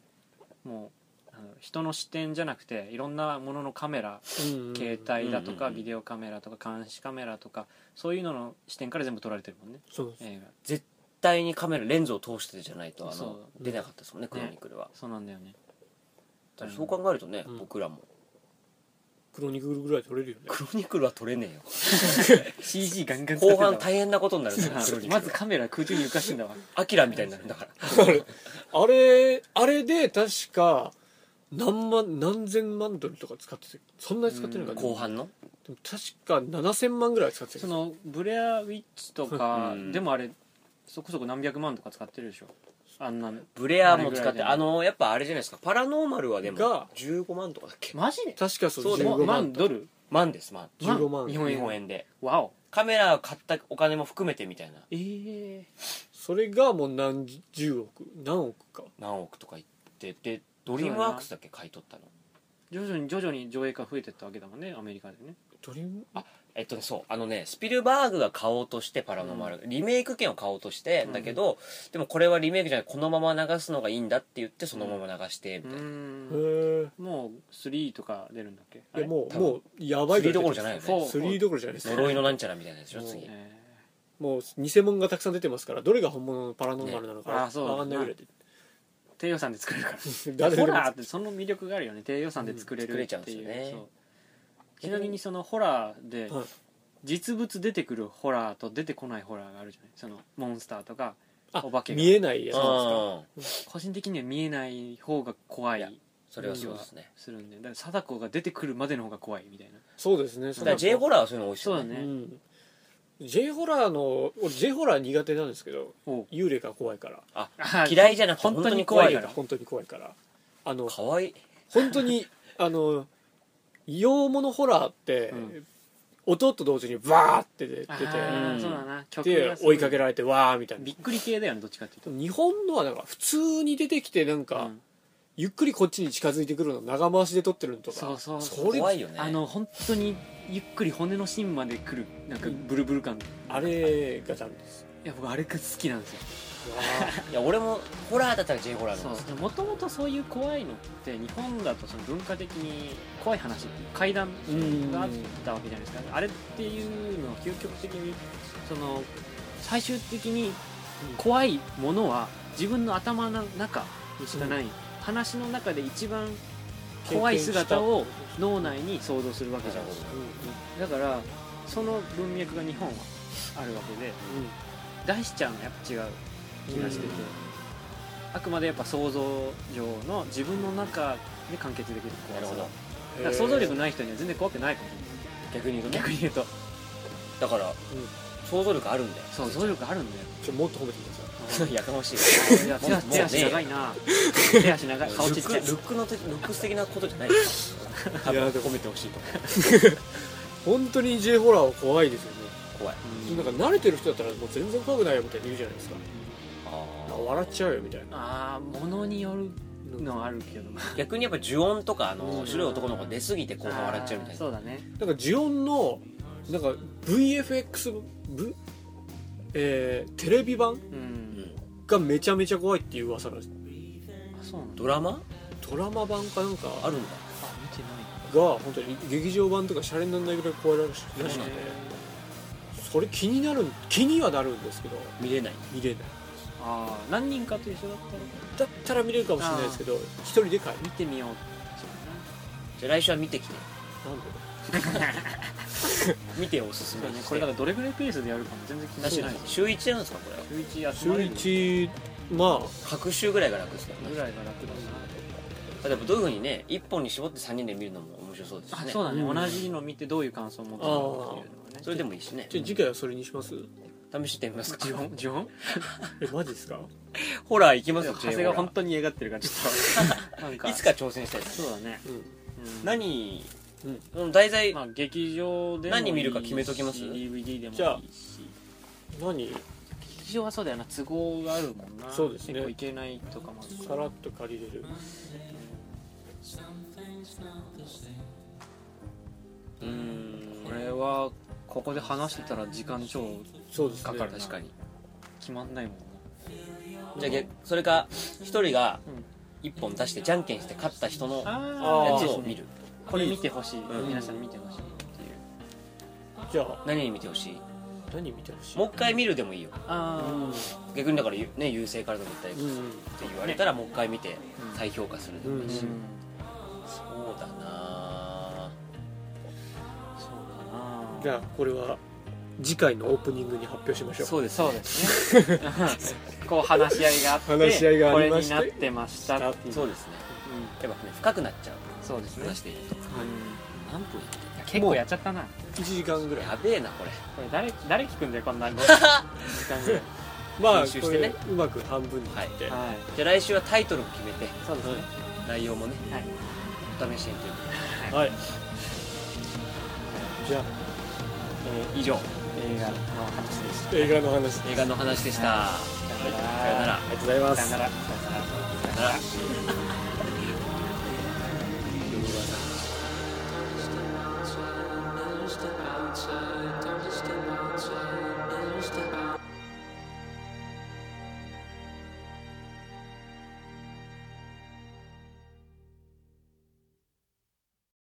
[SPEAKER 2] もうあの人の視点じゃなくていろんなもののカメラ
[SPEAKER 3] い、うんうん
[SPEAKER 2] 携帯だと
[SPEAKER 1] うんうんう
[SPEAKER 2] か
[SPEAKER 1] ん
[SPEAKER 2] ビデオカメラとか監視カメラとかそういうのの視点から全部撮られてるもんね
[SPEAKER 3] そうです
[SPEAKER 2] 映画
[SPEAKER 1] 絶対にカメラレンズを通してじゃないとあ
[SPEAKER 2] そ
[SPEAKER 1] の
[SPEAKER 2] う
[SPEAKER 1] 出なかったですもんねクロニクルは
[SPEAKER 2] そうなんだよね
[SPEAKER 1] だからそう考えるとね
[SPEAKER 3] うん
[SPEAKER 1] 僕らも
[SPEAKER 3] クロニクルぐらい撮れるよね
[SPEAKER 1] クロニクルは撮れねえよ
[SPEAKER 2] CG ガンガン使って
[SPEAKER 1] 後
[SPEAKER 2] んだわ
[SPEAKER 1] 半大変なことに
[SPEAKER 2] [LAUGHS]
[SPEAKER 1] なるんだよクロニクルは
[SPEAKER 2] まずカメラ空中に浮かしてんだ
[SPEAKER 1] [LAUGHS]
[SPEAKER 2] わ
[SPEAKER 1] アキラみたいになるんだから
[SPEAKER 3] あれあれで確か何万何千万ドルとか使ってたそんなに使ってないかな、
[SPEAKER 1] 後半の
[SPEAKER 3] でも確か7000万ぐらい使ってた
[SPEAKER 2] そのブレアウィッチとか、
[SPEAKER 1] うん
[SPEAKER 2] でもあれそこそこ何百万とか使ってるでしょあんなの
[SPEAKER 1] ブレアも
[SPEAKER 2] あ
[SPEAKER 1] 使
[SPEAKER 2] れ
[SPEAKER 1] っ
[SPEAKER 2] ぐ
[SPEAKER 1] て
[SPEAKER 2] らいで
[SPEAKER 1] あのやっぱあれじゃないですかパラノーマルはでも
[SPEAKER 3] が
[SPEAKER 1] 15万とかだっけ
[SPEAKER 2] マジで
[SPEAKER 3] 確かそう
[SPEAKER 1] そうだよ
[SPEAKER 3] 15
[SPEAKER 2] 万
[SPEAKER 3] 万
[SPEAKER 2] ドル
[SPEAKER 1] 万です万
[SPEAKER 2] 万
[SPEAKER 3] 15万
[SPEAKER 2] 日本円
[SPEAKER 1] 日本円で
[SPEAKER 2] わお
[SPEAKER 1] カメラ買ったお金も含めてみたいな
[SPEAKER 2] ええ
[SPEAKER 3] それがもう何十億何億か
[SPEAKER 1] 何億とか言ってでドリームワークスだっけ買い取ったの
[SPEAKER 2] 徐々に徐々に上映が増えてったわけだもんねアメリカでね
[SPEAKER 3] ドリーム
[SPEAKER 1] えっとねそうあのねスピルバーグが買おうとしてパラノーマル、リメイク権を買おうとして
[SPEAKER 2] うん
[SPEAKER 1] だけど、でもこれはリメイクじゃないこのまま流すのがいいんだって言ってそのまま流してみ
[SPEAKER 2] う
[SPEAKER 1] たいな、
[SPEAKER 3] へ
[SPEAKER 2] ん
[SPEAKER 3] え
[SPEAKER 2] もう3とか出るんだっけあれ
[SPEAKER 3] いやも
[SPEAKER 1] 多
[SPEAKER 3] う
[SPEAKER 1] 分
[SPEAKER 3] もうやばい
[SPEAKER 1] 3どころじゃないよ
[SPEAKER 2] そう
[SPEAKER 1] ね
[SPEAKER 3] 3どころじゃないです
[SPEAKER 1] 呪いのなんちゃらみたいなやつでしょ
[SPEAKER 3] もう
[SPEAKER 1] 次
[SPEAKER 2] え
[SPEAKER 3] もう偽物がたくさん出てますからどれが本物のパラノーマルなのか
[SPEAKER 2] ねあーそう
[SPEAKER 3] 分かんないぐらいで
[SPEAKER 2] ー低予算で作れるから
[SPEAKER 3] [LAUGHS] 誰で
[SPEAKER 2] ホ
[SPEAKER 3] も
[SPEAKER 2] ラーってその魅力があるよね低予算で作れるっていう,、
[SPEAKER 1] うん作れちゃうんですよね
[SPEAKER 2] そうちなみにそのホラーで
[SPEAKER 3] はい
[SPEAKER 2] 実物出てくるホラーと出てこないホラーがあるじゃないそのモンスターとか
[SPEAKER 3] あ
[SPEAKER 2] お化けが
[SPEAKER 3] 見えないやつ
[SPEAKER 1] ああ
[SPEAKER 2] 個人的には見えない方が怖
[SPEAKER 1] いや
[SPEAKER 2] い
[SPEAKER 1] それはそうですね
[SPEAKER 2] するんでだから貞子が出てくるまでの方が怖いみたいな
[SPEAKER 3] そうです
[SPEAKER 1] だ
[SPEAKER 3] ね
[SPEAKER 1] から J ホラーはそういうの多いです
[SPEAKER 2] そう
[SPEAKER 1] よ
[SPEAKER 2] だ
[SPEAKER 1] ね
[SPEAKER 2] ね、
[SPEAKER 3] うん J ホラーの俺 J ホラー苦手なんですけど
[SPEAKER 2] おう
[SPEAKER 3] 幽霊が怖いから
[SPEAKER 2] あ
[SPEAKER 1] 嫌いじゃなくて
[SPEAKER 2] 本
[SPEAKER 1] 本
[SPEAKER 2] 当
[SPEAKER 1] 当
[SPEAKER 2] に
[SPEAKER 1] に
[SPEAKER 2] 怖
[SPEAKER 1] 怖
[SPEAKER 2] い
[SPEAKER 1] い
[SPEAKER 2] か
[SPEAKER 1] からら
[SPEAKER 3] 本当に怖いからあの
[SPEAKER 1] かわいい
[SPEAKER 3] 本当にあの洋物ホラーって、
[SPEAKER 2] うん
[SPEAKER 3] 音と同時にバーって出て
[SPEAKER 2] あ
[SPEAKER 1] う
[SPEAKER 2] ー
[SPEAKER 1] ん
[SPEAKER 2] そうだな曲
[SPEAKER 3] で
[SPEAKER 2] が
[SPEAKER 3] 追いかけ
[SPEAKER 2] ら
[SPEAKER 3] られてわーみたいな
[SPEAKER 2] びっくり系だよねどっちかっていうと
[SPEAKER 3] 日本のはなんか普通に出てきてなんか、
[SPEAKER 2] うん
[SPEAKER 3] ゆっくりこっちに近づいてくるの長回しで撮ってるのとか
[SPEAKER 2] そうそうそう
[SPEAKER 3] これ
[SPEAKER 1] 怖いよね
[SPEAKER 2] あの本当にゆっくり骨の芯まで来るなんかブルブル感い
[SPEAKER 3] あれがダメです
[SPEAKER 2] や僕あれが好きなんですよ
[SPEAKER 1] いや俺もホラーだったら J ホラーの方が好き
[SPEAKER 2] そうもともとそういう怖いのって日本だとその文化的に怖い話怪談
[SPEAKER 3] うん
[SPEAKER 2] があったわけじゃないですかあれっていうのを究極的にその最終的に怖いものは自分の頭の中にしかない、話の中で一番怖い姿を脳内に想像するわけじゃないですかだからその文脈が日本はあるわけで出しちゃうのはやっぱ違う気がしてて、
[SPEAKER 3] うん
[SPEAKER 2] あくまでやっぱ想像上の自分の中で完結できる怖
[SPEAKER 1] なる
[SPEAKER 2] さ
[SPEAKER 1] ほど
[SPEAKER 2] だから想像力
[SPEAKER 3] な
[SPEAKER 2] ない人には全然怖くないかもし
[SPEAKER 1] 逆に言うと
[SPEAKER 2] れない逆
[SPEAKER 1] ね
[SPEAKER 2] に言うと
[SPEAKER 1] だから想像力あるんだよ
[SPEAKER 2] そう想像力あるんだよ
[SPEAKER 3] ちょもっと褒めてください
[SPEAKER 1] やかましい
[SPEAKER 2] いや
[SPEAKER 1] もう
[SPEAKER 2] 手足
[SPEAKER 1] もう
[SPEAKER 2] 手足
[SPEAKER 1] ね
[SPEAKER 2] 長いな手足長い顔ちっちゃい
[SPEAKER 1] ルックルックの時ルックス的なことじゃないです多分
[SPEAKER 3] いやでも
[SPEAKER 1] 褒めてほしいと思
[SPEAKER 3] 本当に J ホラーは怖いですよね、
[SPEAKER 1] う怖い
[SPEAKER 2] うん
[SPEAKER 3] なんか慣れてる人だったらもう全然怖くないよみたいに言うじゃないですか
[SPEAKER 1] あー
[SPEAKER 3] 笑っちゃうよみたいな
[SPEAKER 2] ああ物によるのはあるけど
[SPEAKER 1] 逆にやっぱ呪音とかあ
[SPEAKER 3] う
[SPEAKER 1] の
[SPEAKER 3] ん
[SPEAKER 1] 白い男の子出過ぎて後半笑っちゃうみ
[SPEAKER 2] あー
[SPEAKER 1] たいな
[SPEAKER 2] そうだね
[SPEAKER 3] なんかジオンのなんか VFX、v えーテレビ版
[SPEAKER 2] う
[SPEAKER 1] うんん
[SPEAKER 3] がめちゃめちゃ怖いっていう噂が
[SPEAKER 2] あそうなんだ
[SPEAKER 1] ドラマ
[SPEAKER 3] ドラマ版かなんか
[SPEAKER 1] あるんだ
[SPEAKER 2] あ見てな
[SPEAKER 3] が本当に劇場版とかシャレにならないぐらい怖いらしくて
[SPEAKER 1] そうなんだ
[SPEAKER 3] それ気になる気にはなるんですけど
[SPEAKER 1] 見れない
[SPEAKER 3] 見れない
[SPEAKER 2] いああ何人かと一緒だったら
[SPEAKER 3] だったら見れるかもしれないですけど一人で帰る
[SPEAKER 2] 見てみようそうだな
[SPEAKER 1] じゃあ来週は見てきて
[SPEAKER 3] なんで
[SPEAKER 1] 見ておすす
[SPEAKER 2] そう
[SPEAKER 1] め
[SPEAKER 2] だ
[SPEAKER 1] に
[SPEAKER 2] ね
[SPEAKER 1] して
[SPEAKER 2] これだからどれぐらいペースでやるかも全然気にし
[SPEAKER 1] 確
[SPEAKER 2] ない
[SPEAKER 1] かに週一なんですかこれ
[SPEAKER 2] 週
[SPEAKER 1] は
[SPEAKER 2] 一集まれ
[SPEAKER 3] 週
[SPEAKER 2] る
[SPEAKER 3] 一まあ
[SPEAKER 1] 各週ぐらいが楽ですから
[SPEAKER 2] ぐ
[SPEAKER 1] ね
[SPEAKER 2] らいが楽だ
[SPEAKER 1] 例えばどういうふうにね一本に絞って三人で見るのも面白そうです
[SPEAKER 2] な
[SPEAKER 1] し
[SPEAKER 2] あ
[SPEAKER 1] ね
[SPEAKER 2] そうだね、
[SPEAKER 3] うん
[SPEAKER 2] 同じの見てどういう感想を持ったのかっていうのはね
[SPEAKER 1] それでもいいしね
[SPEAKER 3] じゃあ次回はそれにします
[SPEAKER 1] 試してみます
[SPEAKER 2] [LAUGHS]
[SPEAKER 1] か
[SPEAKER 2] 呪音呪音
[SPEAKER 3] えマジですか
[SPEAKER 1] ホラー行きますよ
[SPEAKER 2] 長谷が本
[SPEAKER 1] い
[SPEAKER 2] 当に嫌がってるからち [LAUGHS] ょっとなんか
[SPEAKER 1] つか挑戦したいです
[SPEAKER 2] そうだね、
[SPEAKER 3] うん
[SPEAKER 2] うん
[SPEAKER 1] 何
[SPEAKER 3] うん
[SPEAKER 1] うん題材
[SPEAKER 2] まあ劇場でもいいし
[SPEAKER 1] 何見るか決めときます
[SPEAKER 2] DVD でもいいし
[SPEAKER 3] じゃあ何
[SPEAKER 2] 劇場はそうだよな都合があるもんな
[SPEAKER 3] そうですね
[SPEAKER 2] 結構行けないとかもある
[SPEAKER 3] さらっと借りれる
[SPEAKER 1] うーん
[SPEAKER 2] これはここで話してたら時間超
[SPEAKER 3] そうですね
[SPEAKER 2] かかる
[SPEAKER 1] 確かに
[SPEAKER 2] 決まんないもんな
[SPEAKER 1] じゃあ逆それか一人が
[SPEAKER 2] うん
[SPEAKER 1] 一本出してじゃんけんして勝った人のや
[SPEAKER 3] ー
[SPEAKER 2] あ
[SPEAKER 1] つ
[SPEAKER 2] そ
[SPEAKER 1] を
[SPEAKER 2] う
[SPEAKER 1] 見る
[SPEAKER 2] これ見てほしい、
[SPEAKER 1] うん
[SPEAKER 2] 皆さん見てほしいっていう
[SPEAKER 3] じゃあ
[SPEAKER 1] 何に見てほしい
[SPEAKER 3] 何見てほしい
[SPEAKER 1] もう一回見るでもいいよ
[SPEAKER 2] あ
[SPEAKER 1] 逆にだからね優勢からでもったりっ
[SPEAKER 3] う
[SPEAKER 1] て
[SPEAKER 3] ん
[SPEAKER 1] 言われたらもう一回見て
[SPEAKER 2] ん
[SPEAKER 1] 再評価するでもいい
[SPEAKER 2] あ、
[SPEAKER 1] し
[SPEAKER 3] う
[SPEAKER 2] うんん、
[SPEAKER 1] そうだな
[SPEAKER 2] そうだな
[SPEAKER 3] じゃあこれは次回のオープニングに発表しましょう
[SPEAKER 1] そうです
[SPEAKER 2] そうですねこう話し合いがあって
[SPEAKER 3] 話し合いがありまして
[SPEAKER 2] これになってましたっていう,、、
[SPEAKER 1] そううですねやっぱね深くなっちゃうん
[SPEAKER 2] そうですね
[SPEAKER 1] 話していると何分やって
[SPEAKER 2] いや結構やっちゃったなこ
[SPEAKER 3] 1時間ぐらい
[SPEAKER 1] るやべえなこれ
[SPEAKER 2] れ誰誰聞くんだよこんな
[SPEAKER 3] [LAUGHS]
[SPEAKER 2] の時間ぐらい
[SPEAKER 3] まあ
[SPEAKER 1] 編集
[SPEAKER 3] こ
[SPEAKER 1] して
[SPEAKER 3] れ
[SPEAKER 1] ね
[SPEAKER 3] うまく半分に切って
[SPEAKER 2] はい
[SPEAKER 1] じゃあ来週はタイトルも決めて
[SPEAKER 2] そうですね、
[SPEAKER 1] 内容もね
[SPEAKER 2] はい
[SPEAKER 1] お試し編ということで
[SPEAKER 3] はいじゃあ
[SPEAKER 1] 以上
[SPEAKER 2] 映画の話でした
[SPEAKER 3] 映画の話
[SPEAKER 1] 映画の話でしたさよ
[SPEAKER 2] さよ
[SPEAKER 1] なら
[SPEAKER 3] ありがとうございま
[SPEAKER 2] さ
[SPEAKER 3] す
[SPEAKER 2] よならさよなら
[SPEAKER 1] さよなら